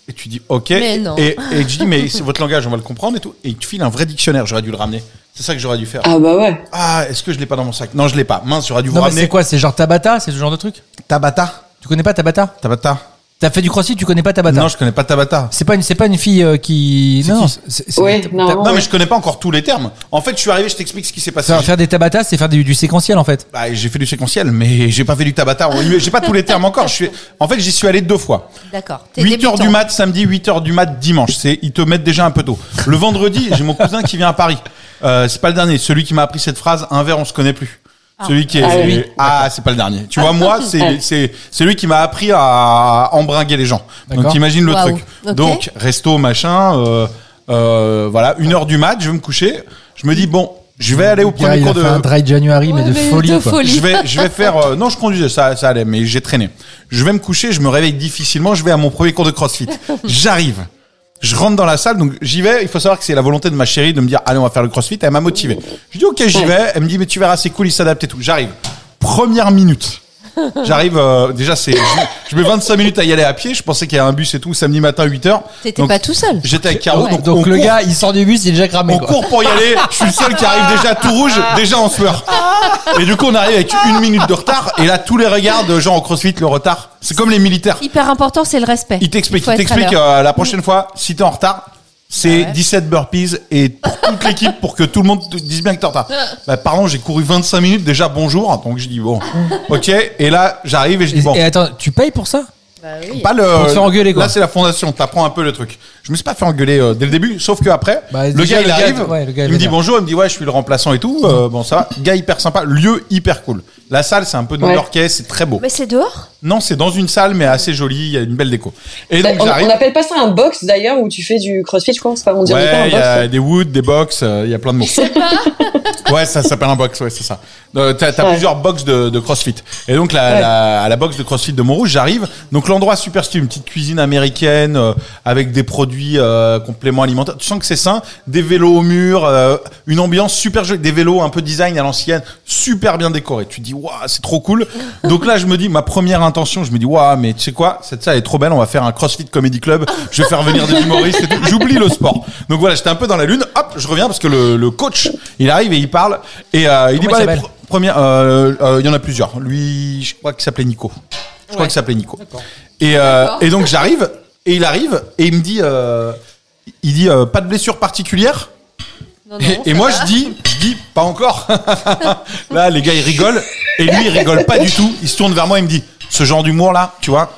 Speaker 3: Et tu dis ok.
Speaker 4: Mais non.
Speaker 3: Et, et je dis mais c'est votre langage, on va le comprendre et tout. Et il te file un vrai dictionnaire. J'aurais dû le ramener. C'est ça que j'aurais dû faire.
Speaker 5: Ah bah ouais.
Speaker 3: Ah, est-ce que je l'ai pas dans mon sac Non, je l'ai pas. Mince, j'aurais dû vous
Speaker 2: Non, mais
Speaker 3: ramener.
Speaker 2: c'est quoi C'est genre Tabata C'est ce genre de truc
Speaker 3: Tabata.
Speaker 2: Tu connais pas Tabata
Speaker 3: Tabata.
Speaker 2: T'as fait du CrossFit, tu connais pas Tabata
Speaker 3: Non, je connais pas Tabata.
Speaker 2: C'est pas une, c'est pas une fille euh, qui.
Speaker 3: C'est
Speaker 2: Non, non,
Speaker 3: qui
Speaker 2: c'est- c'est-
Speaker 5: Oui,
Speaker 2: t'as-
Speaker 5: non.
Speaker 2: t'as-
Speaker 3: Non, mais
Speaker 5: ouais.
Speaker 3: je connais pas encore tous les termes. En fait, je suis arrivé, je t'explique ce qui s'est passé.
Speaker 2: ça, Faire des Tabata, c'est faire du, du séquentiel en fait.
Speaker 3: Bah, j'ai fait du séquentiel, mais j'ai pas fait du Tabata. J'ai pas tous les termes encore. Je suis... En fait, j'y suis allé deux fois.
Speaker 4: D'accord. T'es
Speaker 3: 8 heures
Speaker 4: débutant.
Speaker 3: du mat samedi, 8 heures du mat dimanche. C'est ils te mettent déjà un peu tôt. Le vendredi, j'ai mon cousin qui vient à Paris. Euh, c'est pas le dernier. Celui qui m'a appris cette phrase, un verre, on se connaît plus. Celui qui est
Speaker 5: Ah
Speaker 3: ah,
Speaker 5: oui.
Speaker 3: c'est pas le dernier.
Speaker 4: Ah.
Speaker 3: Tu vois moi c'est
Speaker 5: Ouais.
Speaker 3: c'est c'est lui qui m'a appris à embringuer les gens. Donc
Speaker 2: D'accord.
Speaker 3: t'imagines le
Speaker 4: Waouh.
Speaker 3: truc.
Speaker 4: Ok.
Speaker 3: Donc resto machin euh, euh, voilà une heure du mat, je vais me coucher. Je me dis bon, je vais aller au
Speaker 2: Gars,
Speaker 3: premier
Speaker 2: il a
Speaker 3: cours
Speaker 2: fait
Speaker 3: de
Speaker 2: un dry January, mais
Speaker 4: Ouais,
Speaker 2: de
Speaker 4: mais
Speaker 2: folie.
Speaker 4: de
Speaker 2: quoi.
Speaker 4: folie.
Speaker 3: je vais, je vais faire. euh, non, je conduisais, ça, ça allait, mais j'ai traîné. Je vais me coucher, je me réveille difficilement. Je vais à mon premier cours de CrossFit. J'arrive. Je rentre dans la salle, donc j'y vais. Il faut savoir que c'est la volonté de ma chérie de me dire allez, on va faire le CrossFit. Elle m'a motivé. Je dis ok, j'y vais. Elle me dit mais tu verras, c'est cool, il s'adapte et tout. J'arrive. Première minute. J'arrive, euh, déjà c'est, je, je mets 25 minutes à y aller à pied, je pensais qu'il y avait un bus et tout, samedi matin 8h.
Speaker 4: T'étais pas tout seul.
Speaker 3: J'étais avec Caro,
Speaker 4: Ouais.
Speaker 3: donc,
Speaker 2: Donc
Speaker 3: on
Speaker 2: le
Speaker 3: court.
Speaker 2: gars, il sort du bus, il est déjà
Speaker 4: Oh
Speaker 2: cramé.
Speaker 3: On
Speaker 2: quoi.
Speaker 3: court pour y aller, je suis le seul qui arrive déjà tout rouge, déjà en sueur. Et du coup, on arrive avec une minute de retard, et là, tous les regards de gens en crossfit, le retard. C'est comme les militaires.
Speaker 4: Hyper important, c'est le respect.
Speaker 3: Ils t'expliquent,
Speaker 4: Faut
Speaker 3: ils
Speaker 4: être à
Speaker 3: t'expliquent,
Speaker 4: l'heure.
Speaker 3: euh, la prochaine fois, si t'es en retard, c'est
Speaker 4: Ah ouais.
Speaker 3: 17 burpees et pour toute l'équipe pour que tout le monde te dise bien que t'es en retard. Bah, pardon, j'ai couru 25 minutes, déjà bonjour. Donc, je dis bon, ok. Et là, j'arrive et je
Speaker 2: Et,
Speaker 3: dis bon.
Speaker 2: et attends, tu payes pour ça
Speaker 4: Bah oui.
Speaker 3: euh, Pas le,
Speaker 2: Pour te faire engueuler, quoi.
Speaker 3: Là, c'est la fondation. T'apprends un peu le truc. Je me suis pas fait engueuler euh, dès le début, sauf que après,
Speaker 2: Bah,
Speaker 3: le
Speaker 2: déjà,
Speaker 3: gars, il
Speaker 2: le gars,
Speaker 3: arrive,
Speaker 2: ouais, le gars, il
Speaker 3: il me
Speaker 2: est
Speaker 3: dit
Speaker 2: là. Mhm.
Speaker 3: bonjour, il me dit ouais, je suis le remplaçant et tout. Euh, bon, ça va. Gars hyper sympa, lieu hyper cool. La salle, c'est un peu new-yorkais, c'est très beau.
Speaker 7: Mais c'est dehors
Speaker 3: Non, c'est dans une salle, mais assez jolie. Il y a une belle déco. Et
Speaker 5: Bah,
Speaker 3: donc,
Speaker 5: on,
Speaker 3: j'arrive.
Speaker 5: on appelle pas ça un box d'ailleurs où tu fais du crossfit, je crois. C'est pas, on dirait pas un
Speaker 3: Ouais, il y
Speaker 5: box.
Speaker 3: a des woods, des box, euh, il y a plein de mots. *laughs* ouais, ça s'appelle un box, ouais, c'est ça. Euh, T'as t'as
Speaker 5: Ouais.
Speaker 3: plusieurs box de, de CrossFit. Et donc, la,
Speaker 5: Ouais.
Speaker 3: la- à la box de CrossFit de Montrouge, j'arrive. Donc, l'endroit super stylé, une petite cuisine américaine euh, avec des produits euh, compléments alimentaires. Tu sens que c'est sain, des vélos au mur, euh, une ambiance super jolie, des vélos un peu design à l'ancienne, super bien décorés. Tu te dis, waouh, c'est trop cool. Donc là, je me dis, ma première intention, je me dis, waouh, mais tu sais quoi, cette salle est trop belle, on va faire un CrossFit Comedy Club, je vais faire venir des humoristes et tout. J'oublie le sport. Donc voilà, j'étais un peu dans la lune, hop, je reviens parce que le, le coach, il arrive et il parle, et euh, il dit,
Speaker 2: Comment
Speaker 3: bah,
Speaker 2: il
Speaker 3: les
Speaker 2: s'appelle
Speaker 3: pr- premières, euh, euh, il y en a plusieurs. Lui, je crois qu'il s'appelait Nico. Je crois qu'il s'appelait Nico. Et, euh, et donc j'arrive, et il arrive, et il me dit, euh, il dit, euh, pas de blessure particulière
Speaker 4: Non, non,
Speaker 3: et, et moi, je dis, je dis, pas encore. *laughs* là, les gars, ils rigolent. Et lui, il rigole pas du tout. Il se tourne vers moi, il me dit, ce genre d'humour là, tu vois.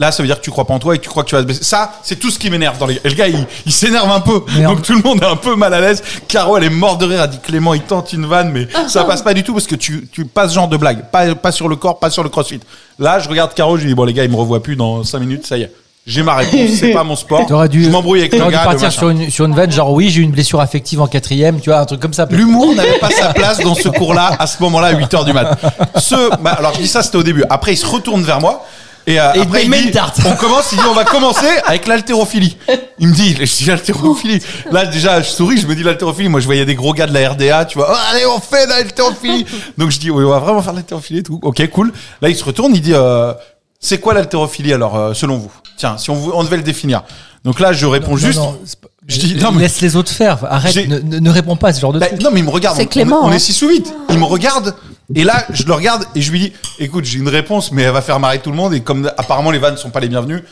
Speaker 3: Là, ça veut dire que tu crois pas en toi et que tu crois que tu vas te baisser. Ça, c'est tout ce qui m'énerve dans les gars. Et le gars, il, il s'énerve un peu.
Speaker 2: Merde.
Speaker 3: Donc tout le monde est un peu mal à l'aise. Caro, elle est morte de rire. Elle dit Clément, il tente une vanne, mais ça passe pas du tout parce que tu, tu passes ce genre de blague. Pas, pas sur le corps, pas sur le crossfit. Là, je regarde Caro, je lui dis, bon, les gars, il me revoit plus dans 5 minutes, ça y est. J'ai ma réponse, c'est pas mon sport.
Speaker 2: T'aurais dû,
Speaker 3: je m'embrouille avec le
Speaker 2: t'aurais
Speaker 3: gars.
Speaker 2: dû
Speaker 3: le
Speaker 2: partir
Speaker 3: machin.
Speaker 2: sur une, sur une vanne, genre oui, j'ai eu une blessure affective en quatrième, tu vois, un truc comme ça.
Speaker 3: L'humour n'avait pas sa place dans ce cours-là à ce moment-là à 8h du mat. Ce, bah, alors je dis ça c'était au début. Après il se retourne vers moi et, euh,
Speaker 2: Et il
Speaker 3: après
Speaker 2: met une tarte.
Speaker 3: on commence, il dit on va commencer avec l'haltérophilie. Il me dit, je dis l'haltérophilie. Là déjà je souris, je me dis l'haltérophilie. Moi je voyais des gros gars de la RDA, tu vois, Oh, allez on fait de l'haltérophilie. Donc je dis oui, on va vraiment faire de l'haltérophilie et tout. Ok cool. Là il se retourne, il dit euh, c'est quoi l'haltérophilie alors euh, selon vous Tiens si on, vou- on devait le définir. Donc là je réponds juste. je dis non mais
Speaker 2: Laisse les autres faire, arrête,
Speaker 3: J'ai-
Speaker 2: ne, ne- ne réponds pas à ce genre de
Speaker 3: bah,
Speaker 2: truc.
Speaker 3: non, mais il me regarde.
Speaker 4: C'est
Speaker 3: On-
Speaker 4: Clément,
Speaker 3: On, on
Speaker 4: hein.
Speaker 3: est 6 ou 8. Il me regarde. Et là, je le regarde et je lui dis écoute, j'ai une réponse, mais elle va faire marrer tout le monde. Et comme apparemment les vannes sont pas les bienvenues.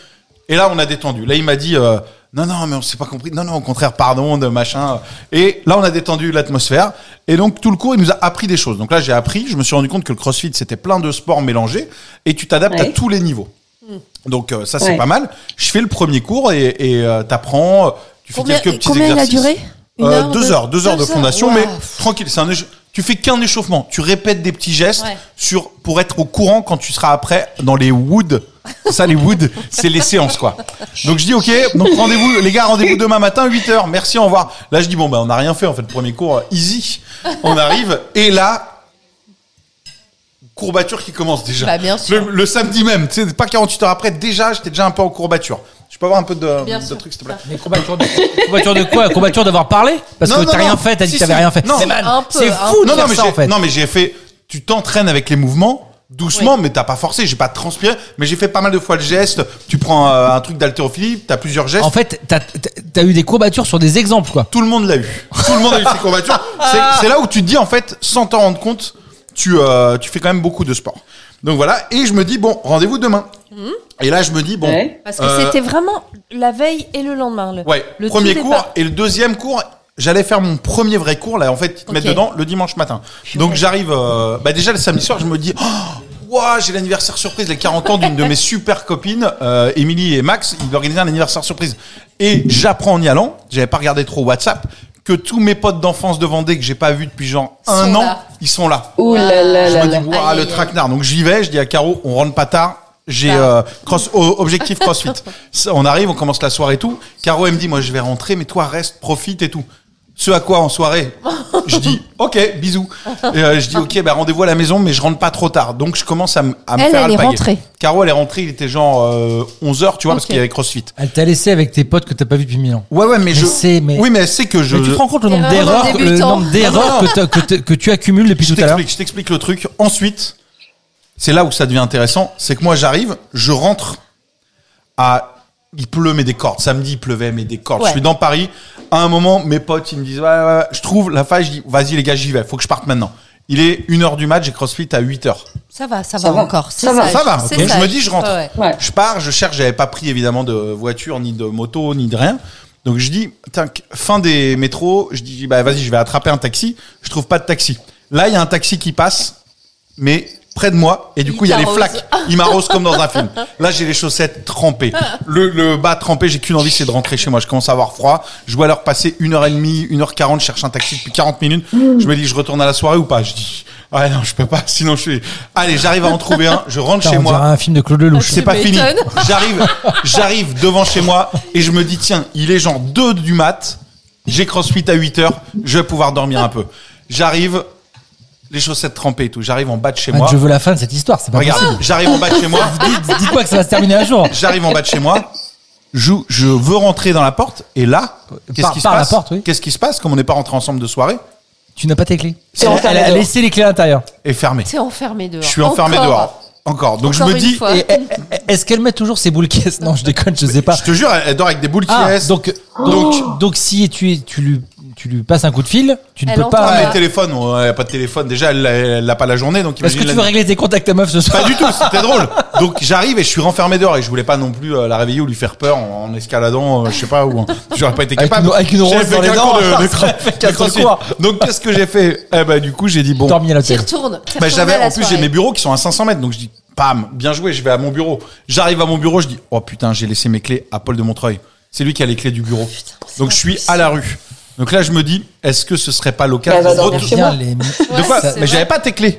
Speaker 3: Et là, on a détendu. Là, il m'a dit euh, non, non, mais on s'est pas compris. Non, non, au contraire, pardon, de machin. Et là, on a détendu l'atmosphère. Et donc, tout le cours, il nous a appris des choses. Donc là, j'ai appris. Je me suis rendu compte que le crossfit, c'était plein de sports mélangés. Et tu t'adaptes à
Speaker 5: Ouais.
Speaker 3: tous les niveaux. Donc, euh, ça, c'est
Speaker 5: Ouais.
Speaker 3: pas mal. Je fais le premier cours et et, euh, t'apprends. euh, Tu fais
Speaker 7: Combien,
Speaker 3: quelques petits
Speaker 7: combien il a
Speaker 3: exercices.
Speaker 7: duré Une
Speaker 3: Euh,
Speaker 7: heure,
Speaker 3: deux, heures, deux heures de fondation,
Speaker 7: Waouh.
Speaker 3: mais tranquille. C'est un éche- Tu fais qu'un échauffement. Tu répètes des petits gestes
Speaker 7: Ouais.
Speaker 3: sur pour être au courant quand tu seras après dans les woods. Ça, les woods, c'est les séances, quoi. Donc je dis ok. Donc rendez-vous, les gars, rendez-vous demain matin 8 h Merci, au revoir. Là, je dis bon ben on n'a rien fait en fait. Premier cours euh, easy. On arrive et là. Courbature qui commence déjà.
Speaker 4: Bah, bien sûr.
Speaker 3: Le, le samedi même, tu sais, pas 48 heures après, déjà, j'étais déjà un peu en courbature. Je peux avoir un peu de,
Speaker 4: Bien
Speaker 3: de
Speaker 4: sûr.
Speaker 3: trucs, s'il te plaît
Speaker 2: Mais combatture de, combatture de quoi Combatture d'avoir parlé Parce
Speaker 3: Non,
Speaker 2: que
Speaker 3: non,
Speaker 2: t'as rien
Speaker 3: non.
Speaker 2: fait, t'as dit
Speaker 3: Si,
Speaker 2: que t'avais
Speaker 3: si.
Speaker 2: rien fait.
Speaker 3: Non.
Speaker 2: C'est mal.
Speaker 4: Un peu, hein.
Speaker 2: C'est
Speaker 4: un
Speaker 2: fou de
Speaker 3: non, non,
Speaker 2: faire
Speaker 3: mais
Speaker 2: ça
Speaker 3: j'ai-
Speaker 2: en fait.
Speaker 3: non, mais j'ai fait. Tu t'entraînes avec les mouvements doucement, mais t'as pas forcé. J'ai pas transpiré, mais j'ai fait pas mal de fois le geste. Tu prends euh, un truc d'haltérophilie, t'as plusieurs gestes.
Speaker 2: En fait, t'as- t'as t'as eu des courbatures sur des exemples quoi.
Speaker 3: tout le monde l'a eu. Tout le monde a eu ses
Speaker 2: *laughs*
Speaker 3: courbatures. C'est-
Speaker 2: Ah.
Speaker 3: C'est là où tu te dis en fait, sans t'en rendre compte, tu euh, tu fais quand même beaucoup de sport. Donc voilà. Et je me dis bon, rendez-vous demain.
Speaker 2: Mmh.
Speaker 3: Et là, je me dis bon.
Speaker 5: Ouais.
Speaker 4: Parce que
Speaker 3: euh,
Speaker 4: c'était vraiment la veille et le lendemain. Le,
Speaker 3: Ouais,
Speaker 4: le
Speaker 3: premier
Speaker 4: tout
Speaker 3: cours
Speaker 4: départ.
Speaker 3: et le deuxième cours, j'allais faire mon premier vrai cours là en fait, ils te mettent
Speaker 4: Ok.
Speaker 3: dedans le dimanche matin. Donc j'arrive euh, bah déjà le samedi soir, je me dis oh, Ouah, j'ai l'anniversaire surprise, les 40 ans d'une de mes super copines, euh, Émilie et Max, ils organisaient un anniversaire surprise. Et j'apprends en y allant, j'avais pas regardé trop WhatsApp, que tous mes potes d'enfance de Vendée que j'ai pas vu depuis genre un
Speaker 4: Sont
Speaker 3: an,
Speaker 4: là.
Speaker 3: ils sont là.
Speaker 5: Ouh là là
Speaker 3: Je
Speaker 5: là
Speaker 3: me
Speaker 5: là.
Speaker 3: dis, Ouah,
Speaker 4: Aïe,
Speaker 3: le
Speaker 4: aïe, aïe.
Speaker 3: traquenard. Donc j'y vais, je dis à Caro, on rentre pas tard. J'ai
Speaker 4: Ah.
Speaker 3: euh, cross, oh,
Speaker 4: *laughs*
Speaker 3: objectif CrossFit. Ça, on arrive, on commence la soirée et tout. Caro, elle me dit, moi je vais rentrer, mais toi reste, profite et tout. Ce à quoi en
Speaker 4: *laughs*
Speaker 3: soirée Je dis, ok, bisous. Et, euh, je dis, ok, bah, rendez-vous à la maison, mais je rentre pas trop tard. Donc je commence à, me- à me
Speaker 4: Elle,
Speaker 3: faire
Speaker 4: elle est
Speaker 3: alpaguer.
Speaker 4: rentrée.
Speaker 3: Caro, elle est rentrée, il était genre 11h, tu vois, parce
Speaker 4: Ok.
Speaker 3: qu'il y avait CrossFit.
Speaker 2: Elle t'a laissé avec tes potes que t'as pas vu depuis mille ans.
Speaker 3: Ouais, ouais, mais, je.
Speaker 2: c'est- mais-
Speaker 3: Oui, mais elle sait que je.
Speaker 2: Mais tu te rends compte le nombre
Speaker 4: Erreur
Speaker 2: d'erreurs,
Speaker 4: d'un
Speaker 2: le
Speaker 4: débutant.
Speaker 2: nombre d'erreurs que, t'as- que, t'as- que tu accumules depuis
Speaker 3: Je
Speaker 2: tout à l'heure.
Speaker 3: t'explique, je t'explique le truc. Ensuite, c'est là où ça devient intéressant, c'est que moi j'arrive, je rentre à il pleut mais des cordes. Samedi il pleuvait mais des cordes.
Speaker 4: Ouais.
Speaker 3: Je suis dans Paris. À un moment, mes potes ils me disent ouais, ouais, ouais. je trouve la faille, je dis vas-y les gars, j'y vais, faut que je parte maintenant. Il est 1h du match, j'ai CrossFit à 8h.
Speaker 7: Ça va, ça,
Speaker 5: Ça
Speaker 7: va,
Speaker 5: va.
Speaker 7: encore. c'est
Speaker 5: Ça va.
Speaker 7: sage,
Speaker 3: Ça va,
Speaker 7: c'est
Speaker 3: ok.
Speaker 7: sage.
Speaker 3: Je me dis, je rentre.
Speaker 7: Ouais, ouais.
Speaker 5: Ouais.
Speaker 3: Je pars, je cherche, j'avais pas pris évidemment de voiture, ni de moto, ni de rien. Donc je dis, putain, que- fin des métros, je dis, bah vas-y, je vais attraper un taxi. Je trouve pas de taxi. Là, il y a un taxi qui passe, mais près de moi et du
Speaker 4: Il
Speaker 3: coup il y a les
Speaker 4: t'arrose.
Speaker 3: flaques. Il m'arrose comme dans un film. Là j'ai les chaussettes trempées, le, le bas trempé. J'ai qu'une envie c'est de rentrer chez moi. Je commence à avoir froid. Je vois l'heure passer 1h30, 1h40. Je cherche un taxi depuis 40 minutes. Je me dis je retourne à la soirée ou pas. Je dis ah non je peux pas. Sinon je suis. Allez j'arrive à en trouver un. Je rentre
Speaker 2: Putain,
Speaker 3: chez
Speaker 2: on
Speaker 3: moi.
Speaker 2: dirait un film de Claude Lelouch.
Speaker 4: Tu
Speaker 3: C'est pas fini.
Speaker 4: m'étonnes.
Speaker 3: J'arrive, j'arrive devant chez moi et je me dis tiens, il est genre 2 du mat. J'ai crossfit à 8 heures, je vais pouvoir dormir un peu. J'arrive les chaussettes trempées et tout. J'arrive en bas de chez
Speaker 2: Ah,
Speaker 3: moi.
Speaker 2: je veux la fin de cette histoire, c'est pas
Speaker 3: Regarde,
Speaker 2: possible.
Speaker 3: j'arrive en bas de chez moi.
Speaker 2: Dis-moi que ça va se terminer un jour.
Speaker 3: J'arrive en bas de chez moi. Je, je veux rentrer dans la porte et là, qu'est-ce
Speaker 2: Par-
Speaker 3: qui se
Speaker 2: par la
Speaker 3: passe
Speaker 2: porte, oui.
Speaker 3: Qu'est-ce qui se passe Comme on n'est pas rentré ensemble de soirée,
Speaker 2: Tu n'as pas tes clés.
Speaker 5: C'est
Speaker 2: Elle,
Speaker 5: enfermé
Speaker 2: elle a
Speaker 5: dehors.
Speaker 2: laissé les clés à l'intérieur.
Speaker 3: est fermé.
Speaker 4: C'est enfermé dehors.
Speaker 3: Je suis enfermé
Speaker 4: Encore.
Speaker 3: dehors. Encore. Donc
Speaker 4: Encore
Speaker 3: je me
Speaker 4: une
Speaker 3: dis, *laughs*
Speaker 4: fois.
Speaker 2: Et- et- Est-ce qu'elle met toujours ses boules caisses Non, je déconne, je sais pas.
Speaker 3: je te jure, elle elle dort avec des boules qui
Speaker 2: Ah,
Speaker 3: restent.
Speaker 2: donc,
Speaker 3: Oh.
Speaker 2: donc, donc si tu, es- tu, lui, tu lui passes un coup de fil, tu ne
Speaker 4: Elle
Speaker 2: peux pas.
Speaker 4: entend
Speaker 3: Ah,
Speaker 4: Ah.
Speaker 3: mais le téléphone, on- elle a pas de téléphone. Déjà, elle elle l'a pas la journée, donc
Speaker 2: Est-ce
Speaker 3: imagine
Speaker 2: que tu
Speaker 3: la
Speaker 2: veux
Speaker 3: nuit.
Speaker 2: régler tes contacts meuf ce soir
Speaker 3: Pas du tout, c'était drôle. Donc j'arrive et je suis renfermé dehors et je voulais pas non plus euh, la réveiller ou lui faire peur en, en escaladant, euh, je sais pas où. J'aurais pas été
Speaker 2: Avec
Speaker 3: capable.
Speaker 2: une- avec une
Speaker 3: J'ai
Speaker 2: rose
Speaker 3: fait
Speaker 2: dans les
Speaker 3: qu'un
Speaker 2: dents,
Speaker 3: cours de-
Speaker 2: ça
Speaker 3: de-
Speaker 2: aurait fait
Speaker 3: de
Speaker 2: *laughs* quatre
Speaker 3: crossfit.
Speaker 2: cours.
Speaker 3: Donc qu'est-ce que j'ai fait Eh ben du coup j'ai dit bon.
Speaker 2: Dormir à
Speaker 4: T'y
Speaker 2: l'hôtel.
Speaker 4: retournes. t'y
Speaker 3: Bah,
Speaker 4: retournes
Speaker 3: j'avais
Speaker 4: à la
Speaker 3: en plus j'ai
Speaker 4: soirée.
Speaker 3: mes bureaux qui sont à 500 mètres donc je dis pam bien joué je vais à mon bureau. J'arrive à mon bureau je dis oh putain j'ai laissé mes clés à Paul de Montreuil. C'est lui qui a les clés du bureau.
Speaker 4: c'est
Speaker 3: donc
Speaker 4: pas
Speaker 3: je suis à la rue. Donc là je me dis est-ce que ce serait pas l'occasion
Speaker 5: Bah,
Speaker 3: de
Speaker 5: va dormir
Speaker 3: retour-
Speaker 5: chez moi.
Speaker 2: Bien les-
Speaker 3: de quoi
Speaker 4: Ouais, c'est
Speaker 3: Mais j'avais
Speaker 4: vrai.
Speaker 3: pas tes clés.